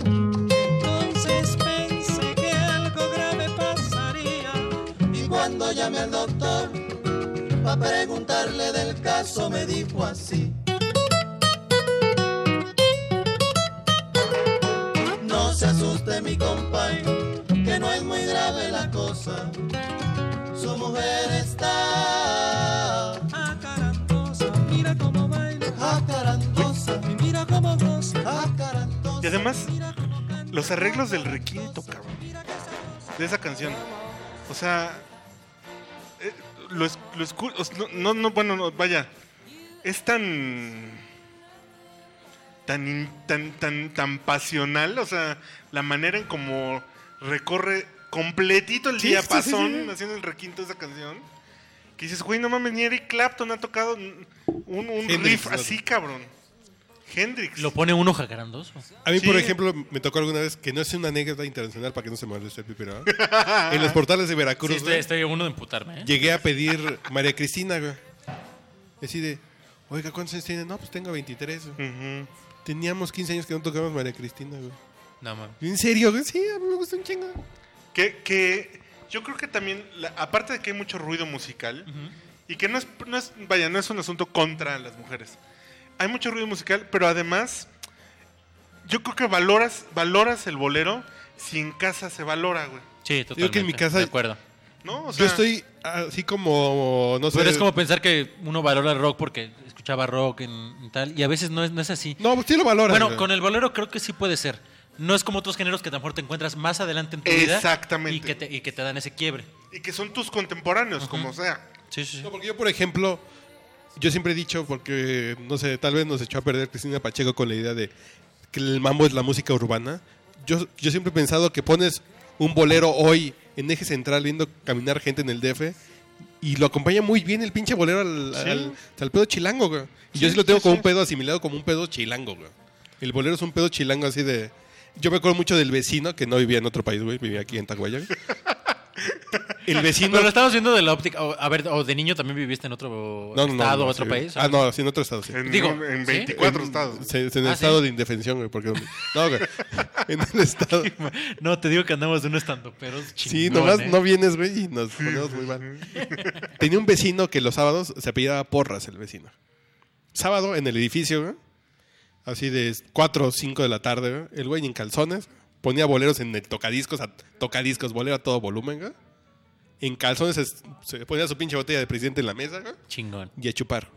Speaker 6: Entonces pensé que algo grave pasaría. Y cuando llamé al doctor, para preguntarle del caso, me dijo así. No se asuste mi compay, que no es muy grave la cosa. Su mujer está acarantosa, Ah, mira cómo baila. Acarantosa, y mira cómo goza. Acarantosa.
Speaker 1: Y además,
Speaker 6: mira cómo canta.
Speaker 1: Los arreglos del requinto, cabrón. De esa canción. O sea. eh, lo, es- lo escu- o sea, no- no, no, bueno, no, vaya. Es tan. Tan, in- tan, tan, tan pasional, o sea, la manera en como recorre completito el
Speaker 2: Sí,
Speaker 1: día
Speaker 2: sí, sí,
Speaker 1: pasón
Speaker 2: sí, sí.
Speaker 1: haciendo el requinto de esa canción. Que dices, güey, no mames, ni Eric Clapton ha tocado un, un
Speaker 2: Hendrix,
Speaker 1: riff
Speaker 2: ¿no?
Speaker 1: así, cabrón. Hendrix.
Speaker 3: Lo pone uno jacarandoso.
Speaker 2: A mí, por
Speaker 1: Sí.
Speaker 2: ejemplo, me tocó alguna vez, que no es una anécdota internacional para que no se moleste el pipero, en los portales de Veracruz,
Speaker 3: Sí, estoy,
Speaker 2: güey,
Speaker 3: estoy a uno de emputarme, ¿eh?
Speaker 2: llegué a pedir María Cristina, güey. Así de, oiga, ¿cuántos años tiene? No, pues tengo 23. güey.
Speaker 1: Ujú.
Speaker 2: Teníamos 15 años que no tocábamos María Cristina, güey.
Speaker 3: No, mames.
Speaker 2: ¿En serio? güey? Sí, a mí me gusta un chingo.
Speaker 1: Que, que yo creo que también, la- aparte de que hay mucho ruido musical, y que no es, no es, vaya, no es un asunto contra las mujeres. Hay mucho ruido musical, pero además, yo creo que valoras, valoras el bolero si en casa se valora, güey.
Speaker 3: Sí, totalmente.
Speaker 2: Digo que en mi casa-
Speaker 3: De acuerdo.
Speaker 1: ¿No? O
Speaker 2: Yo
Speaker 1: sea,
Speaker 2: estoy así como, no sé.
Speaker 3: Pero es como pensar que uno valora el rock porque escuchaba rock en, en tal, y a veces no es, no es así.
Speaker 2: No, pues sí lo valora.
Speaker 3: Bueno, con el bolero creo que sí puede ser. No es como otros géneros que a lo mejor te encuentras más adelante en tu vida.
Speaker 1: Exactamente.
Speaker 3: Y que, te, y que te dan ese quiebre.
Speaker 1: Y que son tus contemporáneos, como sea.
Speaker 3: Sí, sí, sí.
Speaker 2: No, porque yo, por ejemplo, yo siempre he dicho, porque, no sé, tal vez nos echó a perder Cristina Pacheco con la idea de que el mambo es la música urbana. Yo, yo siempre he pensado que pones un bolero hoy en eje central viendo caminar gente en el DF y lo acompaña muy bien el pinche bolero al,
Speaker 1: Sí.
Speaker 2: al- al pedo chilango, güey. Y yo sí lo tengo como un pedo asimilado como un pedo chilango, güey. El bolero es un pedo chilango así de... Yo me acuerdo mucho del vecino que no vivía en otro país, güey, vivía aquí en Taguaya. güey. El vecino
Speaker 3: Pero lo estamos viendo de la óptica. o- a ver, o de niño también viviste en otro
Speaker 2: No, no, no,
Speaker 3: estado,
Speaker 2: no,
Speaker 3: otro
Speaker 2: sí.
Speaker 3: país.
Speaker 2: Ah, no, sí, en otro estado, sí.
Speaker 1: En,
Speaker 3: Digo,
Speaker 1: en
Speaker 3: ¿sí?
Speaker 1: 24
Speaker 2: En-
Speaker 1: estados.
Speaker 2: se- se- en el
Speaker 3: Ah,
Speaker 2: estado
Speaker 3: sí.
Speaker 2: de indefensión, güey, porque... No, güey. En el estado...
Speaker 3: No, te digo que andamos de unos estandoperos chingones.
Speaker 2: Sí, nomás no vienes, güey, y nos ponemos muy mal. Tenía un vecino que los sábados se apellidaba Porras, el vecino. Sábado, en el edificio, güey, así de 4 o 5 de la tarde, güey, el güey en calzones, ponía boleros en el tocadiscos, a, tocadiscos, bolero a todo volumen, güey. En calzones se, se ponía su pinche botella de presidente en la mesa, güey,
Speaker 3: Chingón.
Speaker 2: y a chupar.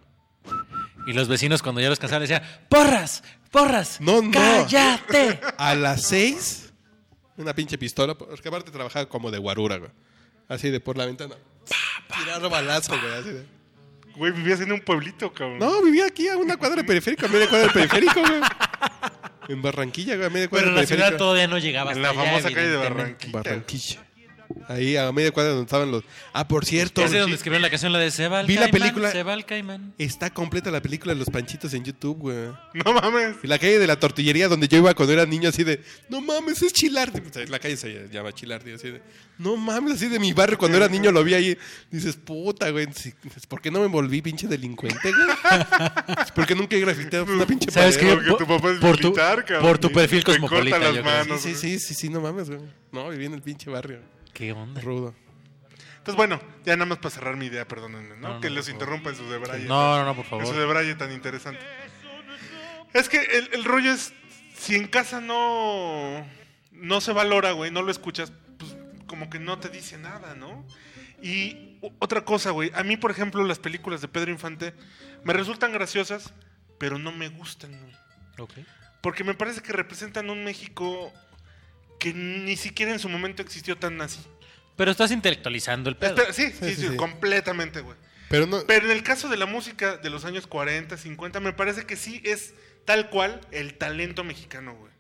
Speaker 3: Y los vecinos cuando ya los cansaban decían, ¡porras! ¡Porras!
Speaker 2: No, no.
Speaker 3: ¡Cállate!
Speaker 2: A las seis, una pinche pistola, porque aparte trabajaba como de guarura, güey. Así de por la ventana. pa, pa, Tirar balazo, güey. así de-
Speaker 1: Güey, vivías en un pueblito, cabrón.
Speaker 2: No, vivía aquí a una cuadra del periférico, a media cuadra del periférico, güey. En Barranquilla, güey, a media cuadra
Speaker 3: Pero la
Speaker 2: del
Speaker 3: ciudad
Speaker 2: periférico.
Speaker 3: todavía no llegaba
Speaker 1: en la
Speaker 3: hasta allá,
Speaker 1: famosa calle de
Speaker 3: evidentemente.
Speaker 1: Barranquilla.
Speaker 2: Barranquilla. Ahí a media cuadra donde estaban los. Ah, por cierto,
Speaker 3: Ya sé donde escribieron la canción, la de Se va al
Speaker 2: Vi la
Speaker 3: Caimán,
Speaker 2: película-
Speaker 3: Se va al Caimán.
Speaker 2: está completa la película de los panchitos en YouTube, güey.
Speaker 1: No mames.
Speaker 2: Y la calle de la tortillería donde yo iba cuando era niño así de, no mames, es Chilardi. O sea, La calle se llama Chilardi, así de, no mames, así de mi barrio cuando era niño lo vi ahí. Dices, puta, güey, si- dices, ¿por qué no me volví pinche delincuente, güey? Porque nunca he grafiteado una pinche
Speaker 3: ¿Sabes
Speaker 2: pared,
Speaker 3: qué?
Speaker 1: Porque tu papá es
Speaker 3: Por tu-
Speaker 1: militar, cabrón.
Speaker 3: por tu perfil
Speaker 1: Te corta
Speaker 3: cosmopolita,
Speaker 1: las
Speaker 3: yo creo.
Speaker 2: güey.
Speaker 1: manos,
Speaker 2: Sí,
Speaker 1: güey.
Speaker 2: sí, sí, sí, sí, no mames, güey. No, viví en el pinche barrio,
Speaker 3: ¿Qué onda?
Speaker 2: rudo.
Speaker 1: Entonces, Pues bueno, ya nada más para cerrar mi idea, perdónenme, ¿no?
Speaker 3: No, no,
Speaker 1: que
Speaker 3: por
Speaker 1: los
Speaker 3: favor.
Speaker 1: interrumpa en su debraye.
Speaker 3: No, no, no, por
Speaker 1: En su
Speaker 3: favor.
Speaker 1: debraye tan interesante. Es que el, el rollo es, si en casa no, no se valora, güey, no lo escuchas, pues como que no te dice nada, ¿no? Y o- otra cosa, güey, a mí, por ejemplo, las películas de Pedro Infante me resultan graciosas, pero no me gustan, güey.
Speaker 3: Ok.
Speaker 1: Porque me parece que representan un México que ni siquiera en su momento existió tan así.
Speaker 3: Pero estás intelectualizando el
Speaker 2: Este,
Speaker 3: pedo.
Speaker 1: Espera, sí, sí,
Speaker 2: sí,
Speaker 1: sí,
Speaker 2: sí.
Speaker 1: completamente, güey.
Speaker 2: Pero no,
Speaker 1: Pero en el caso de la música de los años 40, 50, me parece que sí es tal cual el talento mexicano, güey.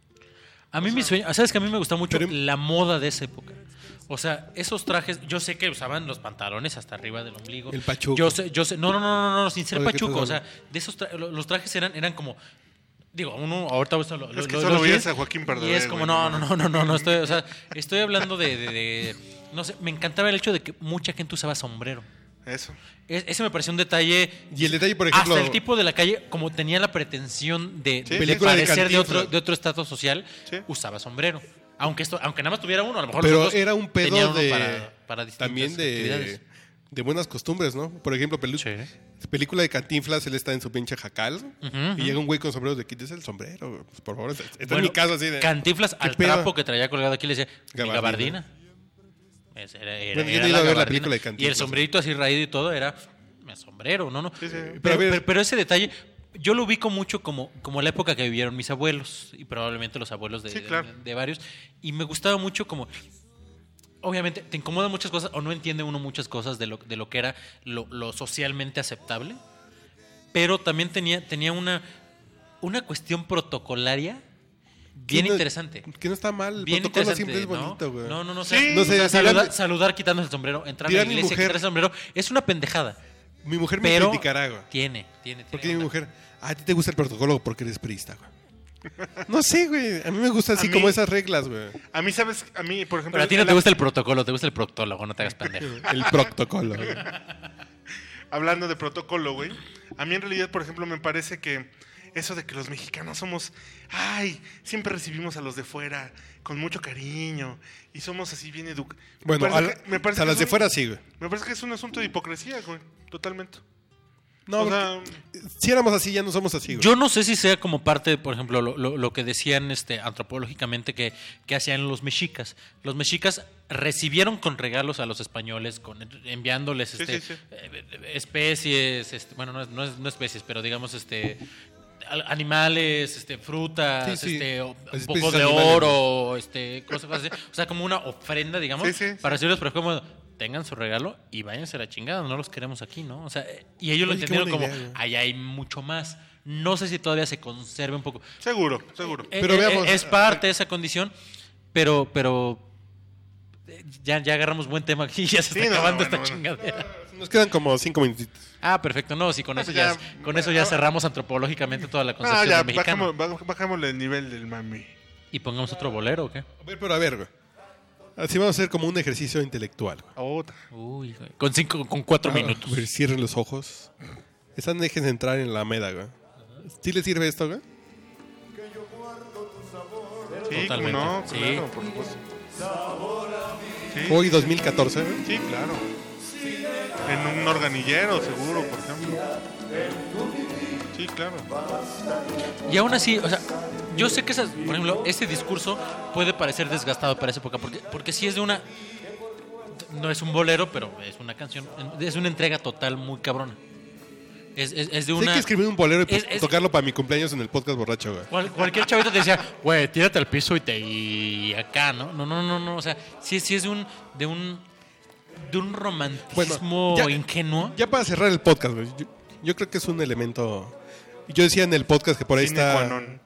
Speaker 3: A mí mi sueño, ¿sabes que a mí me gusta mucho
Speaker 2: Pero-
Speaker 3: la moda de esa época? O sea, esos trajes, yo sé que usaban los pantalones hasta arriba del ombligo.
Speaker 2: El pachuco.
Speaker 3: Yo sé, yo sé, no, no, no, no, no, sin ser
Speaker 2: Oye, ¿qué
Speaker 3: pachuco, o
Speaker 2: estás
Speaker 3: sea, de esos tra- lo- los trajes eran eran como Digo, uno ahorita esto lo,
Speaker 1: Es que
Speaker 3: lo-
Speaker 1: solo
Speaker 3: lo
Speaker 1: veías
Speaker 3: ves
Speaker 1: a Joaquín
Speaker 3: Y es
Speaker 1: Verdaguer, güey,
Speaker 3: como, no,
Speaker 1: no
Speaker 3: no, no, no, no, no, estoy, o sea, estoy hablando de, de- de- no sé, me encantaba el hecho de que mucha gente usaba sombrero.
Speaker 1: Eso.
Speaker 3: Es- ese me pareció un detalle.
Speaker 2: Y el detalle, por ejemplo-
Speaker 3: Hasta el tipo de la calle, como tenía la pretensión de,
Speaker 1: Sí,
Speaker 3: de
Speaker 2: película de
Speaker 3: parecer de,
Speaker 2: Cantinflas.
Speaker 3: otro, de otro estatus social,
Speaker 1: Sí.
Speaker 3: usaba sombrero. Aunque esto, aunque nada más tuviera uno, a lo mejor los
Speaker 2: Pero
Speaker 3: otros
Speaker 2: era un
Speaker 3: tenían
Speaker 2: pedo
Speaker 3: uno
Speaker 2: de.
Speaker 3: para- para distintas
Speaker 2: también
Speaker 3: actividades.
Speaker 2: de, de buenas costumbres, ¿no? Por ejemplo, pelu- película de Cantinflas, él está en su pinche jacal y llega un güey con sombrero de quítese el sombrero. güey, pues, por favor, está está en
Speaker 3: Bueno,
Speaker 2: mi casa así de.
Speaker 3: Cantinflas
Speaker 2: ¿qué
Speaker 3: al
Speaker 2: pedo?
Speaker 3: trapo que traía colgado aquí le decía mi
Speaker 2: Gabardina.
Speaker 3: gabardina. Es- era- era-
Speaker 2: Bueno, yo
Speaker 3: era
Speaker 2: no he ido a ver la
Speaker 3: gabardina.
Speaker 2: película de
Speaker 3: Y el
Speaker 2: Cantinflas.
Speaker 3: sombrerito así raído y todo era mi sombrero, no, no.
Speaker 1: Sí, sí.
Speaker 3: Pero,
Speaker 2: Pero a ver-
Speaker 3: pero- pero ese detalle yo lo ubico mucho como, como la época que vivieron mis abuelos y probablemente los abuelos de,
Speaker 1: Sí, claro.
Speaker 3: de- de varios. Y me gustaba mucho como obviamente te incomodan muchas cosas o no entiende uno muchas cosas de lo, de lo que era lo, lo socialmente aceptable, pero también tenía, tenía una, una cuestión protocolaria bien
Speaker 2: ¿Qué no-
Speaker 3: interesante.
Speaker 2: Que no está mal. El
Speaker 3: Bien
Speaker 2: protocolo
Speaker 3: interesante.
Speaker 2: siempre es
Speaker 3: ¿no?
Speaker 2: bonito, güey.
Speaker 3: No, no, no. o
Speaker 1: Sí.
Speaker 3: sea,
Speaker 2: No
Speaker 3: o
Speaker 2: sé,
Speaker 3: sea,
Speaker 2: dirá
Speaker 3: saludar,
Speaker 2: mi-
Speaker 3: saludar quitándose el sombrero, entrar a la
Speaker 2: dirá mi
Speaker 3: iglesia,
Speaker 2: mujer-
Speaker 3: quitarse el sombrero, es una pendejada.
Speaker 2: Mi mujer me
Speaker 3: Pero
Speaker 2: criticará, güey.
Speaker 3: tiene, tiene, tiene.
Speaker 2: Porque mi
Speaker 3: onda.
Speaker 2: mujer, "Ah, a ti te gusta el protocolo porque eres priista, güey. No sé, güey. A mí me gusta así
Speaker 1: A mí-
Speaker 2: como esas reglas, güey.
Speaker 1: A mí, ¿sabes? A mí, por ejemplo.
Speaker 3: Pero a ti no
Speaker 1: en
Speaker 3: te
Speaker 1: la-
Speaker 3: gusta el protocolo, te gusta el proctólogo, no te hagas pendejo.
Speaker 2: El protocolo. güey.
Speaker 1: hablando de protocolo, güey. A mí en realidad, por ejemplo, me parece que eso de que los mexicanos somos, ay, siempre recibimos a los de fuera con mucho cariño y somos así bien educados.
Speaker 2: Bueno, a, la- a las de fuera sí, güey.
Speaker 1: Me parece que es un asunto de hipocresía, güey. Totalmente.
Speaker 2: No,
Speaker 1: o sea,
Speaker 2: porque si éramos así, ya no somos así, güey.
Speaker 3: Yo no sé si sea como parte, por ejemplo, lo, lo- lo que decían este, antropológicamente que, que hacían los mexicas. Los mexicas recibieron con regalos a los españoles, con, enviándoles
Speaker 1: Sí,
Speaker 3: este,
Speaker 1: sí, sí.
Speaker 3: eh, especies, este, bueno, no, es- no es- no especies, pero digamos este al- animales, este, frutas,
Speaker 2: Sí, sí.
Speaker 3: este, o-
Speaker 2: Las
Speaker 3: un poco
Speaker 2: especies
Speaker 3: de
Speaker 2: animales.
Speaker 3: oro, este, cosas, cosas así. O sea, como una ofrenda, digamos,
Speaker 1: Sí, sí, sí.
Speaker 3: para decirles, pero como tengan su regalo y váyanse a la chingada, no los queremos aquí, ¿no? O sea, eh, y ellos lo
Speaker 2: Oye, qué
Speaker 3: entendieron como,
Speaker 2: buena idea, güey.
Speaker 3: allá hay mucho más. No sé si todavía se conserve un poco.
Speaker 1: seguro, seguro.
Speaker 3: Eh,
Speaker 2: Pero
Speaker 3: eh,
Speaker 2: veamos.
Speaker 3: eh, Es parte de esa condición, pero, pero eh, ya, ya agarramos buen tema aquí, ya se
Speaker 1: Sí,
Speaker 3: está
Speaker 1: no,
Speaker 3: acabando
Speaker 1: no,
Speaker 3: esta
Speaker 1: bueno, bueno.
Speaker 3: chingadera.
Speaker 2: Nos quedan como cinco minutitos.
Speaker 3: Ah, perfecto. No, sí, con eso
Speaker 1: ya-
Speaker 3: ya, con eso ya cerramos antropológicamente toda la
Speaker 1: Ah,
Speaker 3: concepción
Speaker 1: ya,
Speaker 3: del mexicano.
Speaker 1: bajamos, baj- bajámosle el nivel del mami.
Speaker 3: Y pongamos otro bolero, ¿o qué?
Speaker 2: A ver, pero a ver, güey. Así vamos a hacer como un ejercicio intelectual, güey.
Speaker 1: Otra.
Speaker 3: Uy, güey. con cinco, con cuatro minutos.
Speaker 2: A ver, cierren los ojos. Están, dejen de entrar en la meda, güey. ¿Sí les sirve esto, güey?
Speaker 1: Sí, cómo
Speaker 3: Totalmente.
Speaker 1: no,
Speaker 3: Sí.
Speaker 1: claro, por supuesto. Sí,
Speaker 2: Hoy, 2014, güey.
Speaker 1: sí, claro. En un organillero, seguro, por ejemplo. Sí, claro.
Speaker 3: Y aún así, o sea, yo sé que esas, por ejemplo, este discurso puede parecer desgastado para esa época, porque, porque sí es de una. No es un bolero, pero es una canción. Es una entrega total muy cabrona. Es, es- es de
Speaker 2: Sí, hay
Speaker 3: una.
Speaker 2: que escribir un bolero y pues,
Speaker 3: Es- es-
Speaker 2: tocarlo para mi cumpleaños en el podcast borracho, güey.
Speaker 3: cual- cualquier chavito te decía, güey, tírate al piso y te. Y acá, ¿no? No, no, no, no. O sea, sí, sí es de un. De un, de un romanticismo
Speaker 2: ya-
Speaker 3: ingenuo.
Speaker 2: Ya para cerrar el podcast, güey, yo, yo creo que es un elemento. Yo decía en el podcast que por ahí
Speaker 1: Sine qua
Speaker 2: está.
Speaker 1: non.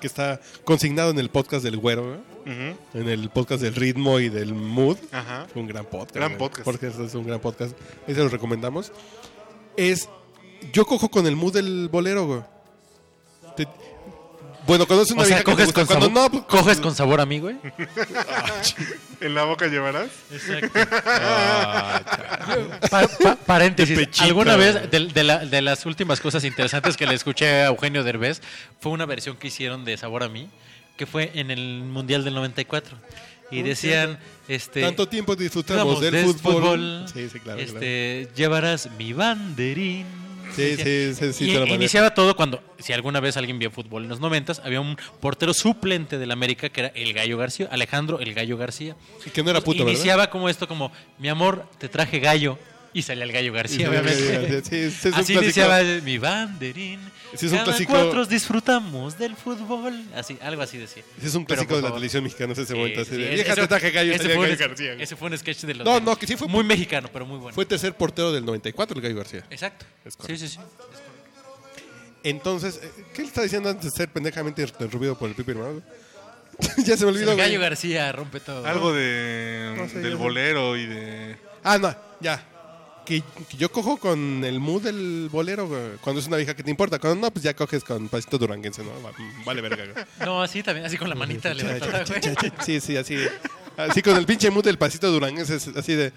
Speaker 2: Que está consignado en el podcast del güero, güey.
Speaker 1: Ujú.
Speaker 2: en el podcast del ritmo y del mood.
Speaker 1: Ajá.
Speaker 2: Un gran podcast.
Speaker 1: Gran
Speaker 2: güey.
Speaker 1: podcast.
Speaker 2: Porque es un gran podcast. Ese lo recomendamos. Es. Yo cojo con el mood del bolero, güey. Te- bueno, conoces una
Speaker 3: O sea,
Speaker 2: vieja que te
Speaker 3: coges
Speaker 2: gusta
Speaker 3: con,
Speaker 2: cuando
Speaker 3: sabor,
Speaker 2: no, pues,
Speaker 3: coges con sabor a mí, güey.
Speaker 1: ¿En la boca llevarás?
Speaker 3: Pa- pa- paréntesis.
Speaker 2: De pechito.
Speaker 3: Alguna vez, de, de la- de las últimas cosas interesantes que le escuché a Eugenio Derbez, fue una versión que hicieron de Sabor a mí, que fue en el Mundial del 94. Y decían, este...
Speaker 2: tanto tiempo disfrutamos
Speaker 3: "Vamos,
Speaker 2: del
Speaker 3: des-
Speaker 2: fútbol.
Speaker 3: fútbol,
Speaker 2: Sí, sí, claro. claro.
Speaker 3: este, Llevarás mi banderín.
Speaker 2: Sí, sí, sí, sí,
Speaker 3: Y
Speaker 2: te lo manejo.
Speaker 3: iniciaba todo cuando, si alguna vez alguien vio fútbol en los noventas, había un portero suplente del América que era el Gallo García, Alejandro el Gallo García.
Speaker 2: Y Que no era puto, ¿verdad?
Speaker 3: Iniciaba como esto, como, mi amor, te traje gallo. Y salía el gallo
Speaker 2: Sí,
Speaker 3: García,
Speaker 2: sí,
Speaker 3: obviamente.
Speaker 2: sí, sí, es un
Speaker 3: Así
Speaker 2: clásico.
Speaker 3: iniciaba el, mi banderín.
Speaker 2: Sí, es un
Speaker 3: cada
Speaker 2: clásico.
Speaker 3: cuatro disfrutamos del fútbol. Así, algo así decía.
Speaker 2: Ese es un
Speaker 3: Pero,
Speaker 2: clásico
Speaker 3: por
Speaker 2: de la
Speaker 3: favor.
Speaker 2: televisión mexicana en ese
Speaker 3: Sí,
Speaker 2: momento. así
Speaker 3: sí,
Speaker 2: de,
Speaker 3: sí,
Speaker 2: "Vieja,
Speaker 3: ese-
Speaker 2: te traje gallo",
Speaker 3: ese
Speaker 2: salía
Speaker 3: fue un-
Speaker 2: Gallo García.
Speaker 3: Ese fue un sketch de los.
Speaker 2: No,
Speaker 3: de-
Speaker 2: no, que sí fue-
Speaker 3: Muy mexicano, pero muy bueno.
Speaker 2: Fue tercer portero del 94 el Gallo García.
Speaker 3: Exacto.
Speaker 2: Es
Speaker 3: Sí,
Speaker 2: correcto.
Speaker 3: sí, sí.
Speaker 2: Entonces, eh, ¿qué le está diciendo antes de ser pendejamente interrumpido por el Pipi hermano? ya se me olvidó.
Speaker 3: El gallo
Speaker 2: güey.
Speaker 3: García rompe todo.
Speaker 1: Algo de,
Speaker 2: No sé,
Speaker 1: del
Speaker 2: yo-
Speaker 1: bolero y de...
Speaker 2: Ah, no, ya. que, que yo cojo con el mood del bolero, güey, Cuando es una vieja que te importa. Cuando no, pues ya coges con pasito duranguense, ¿no? Va- Vale verga, güey.
Speaker 3: No, así también, así con la manita levantada, güey.
Speaker 2: Sí, sí, así. Así con el pinche mood del pasito duranguense, es así de...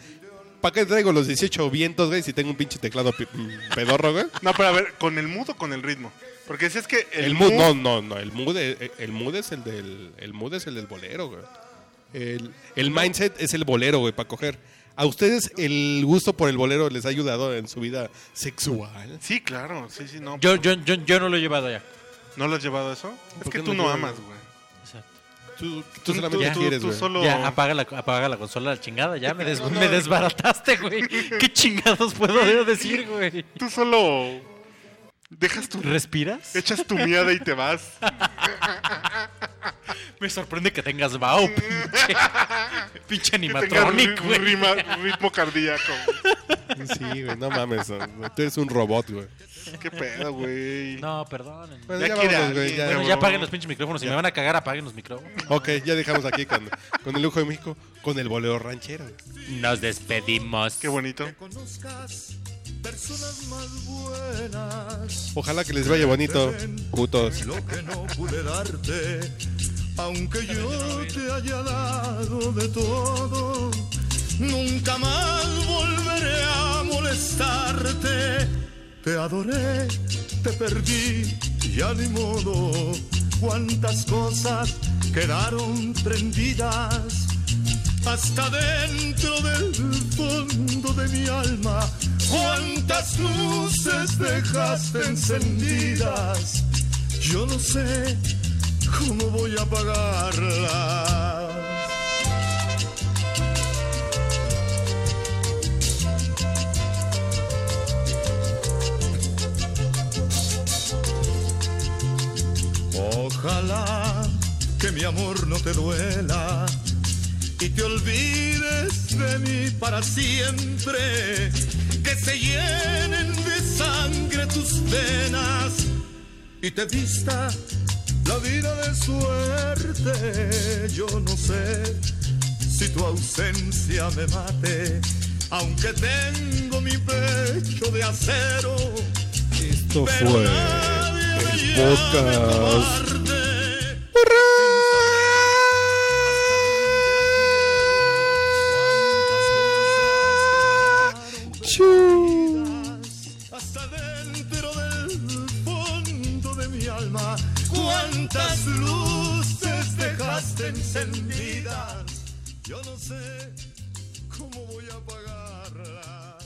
Speaker 2: ¿Para qué traigo los 18 vientos, güey, si tengo un pinche teclado pi- pedorro, güey?
Speaker 1: No, pero a ver, ¿con el mood o con el ritmo? Porque si es que
Speaker 2: El,
Speaker 1: el,
Speaker 2: mood, no, no, no. El mood, eh, el mood es el del, el mood es el del bolero, güey. El, el mindset es el bolero, güey, para coger. ¿A ustedes el gusto por el bolero les ha ayudado en su vida sexual?
Speaker 1: Sí, claro, sí, sí, no.
Speaker 3: Yo, yo, yo, yo no lo he llevado allá.
Speaker 1: ¿No lo has llevado a eso? Es
Speaker 2: ¿Por
Speaker 1: que
Speaker 2: qué
Speaker 1: tú
Speaker 2: no
Speaker 1: no
Speaker 2: yo?
Speaker 1: amas, güey.
Speaker 3: Exacto.
Speaker 2: Tú, tú solamente
Speaker 1: tú-
Speaker 2: quieres,
Speaker 1: tú
Speaker 2: güey.
Speaker 1: solo...
Speaker 3: Ya, apaga la, apaga la consola a la chingada, ya me, des- me desbarataste, güey. ¿Qué chingados puedo decir, güey?
Speaker 1: Tú solo... Dejas tu...
Speaker 3: ¿Respiras?
Speaker 1: Echas tu miada y te vas.
Speaker 3: Me sorprende que tengas Bao, pinche, pinche animatronic,
Speaker 1: un
Speaker 3: güey.
Speaker 1: ritmo cardíaco. güey.
Speaker 2: Sí, güey, no mames. no. Tú eres un robot, güey.
Speaker 1: Qué pedo, güey.
Speaker 3: No, perdón.
Speaker 2: Bueno,
Speaker 1: Ya
Speaker 2: ya
Speaker 1: quiere
Speaker 2: vámonos, güey.
Speaker 1: alguien,
Speaker 2: ya.
Speaker 3: Bueno,
Speaker 1: cabrón.
Speaker 3: ya apaguen los pinches micrófonos. Si me van a cagar, apaguen los micrófonos.
Speaker 2: Ok, ya dejamos aquí con, con el lujo de México, con el bolero ranchero. güey.
Speaker 3: Nos despedimos.
Speaker 1: Qué bonito.
Speaker 2: Ojalá que les vaya bonito, putos.
Speaker 7: lo que no pude darte, aunque yo te haya dado de todo, nunca más volveré a molestarte. Te adoré, te perdí, ya ni modo. Cuántas cosas quedaron prendidas hasta dentro del fondo de mi alma. Cuántas luces dejaste encendidas. Yo no sé cómo voy a pagarlas. Ojalá que mi amor no te duela y te olvides de mí para siempre. Que se llenen de sangre tus venas y te vista la vida de suerte. Yo no sé si tu ausencia me mate, aunque tengo mi pecho de acero.
Speaker 2: Esto
Speaker 7: Pero
Speaker 2: fue
Speaker 7: nadie me
Speaker 2: el
Speaker 7: llame
Speaker 2: podcast.
Speaker 7: cobarde. Hasta dentro del fondo de mi alma, cuántas luces dejaste encendidas. Yo no sé cómo voy a apagarlas.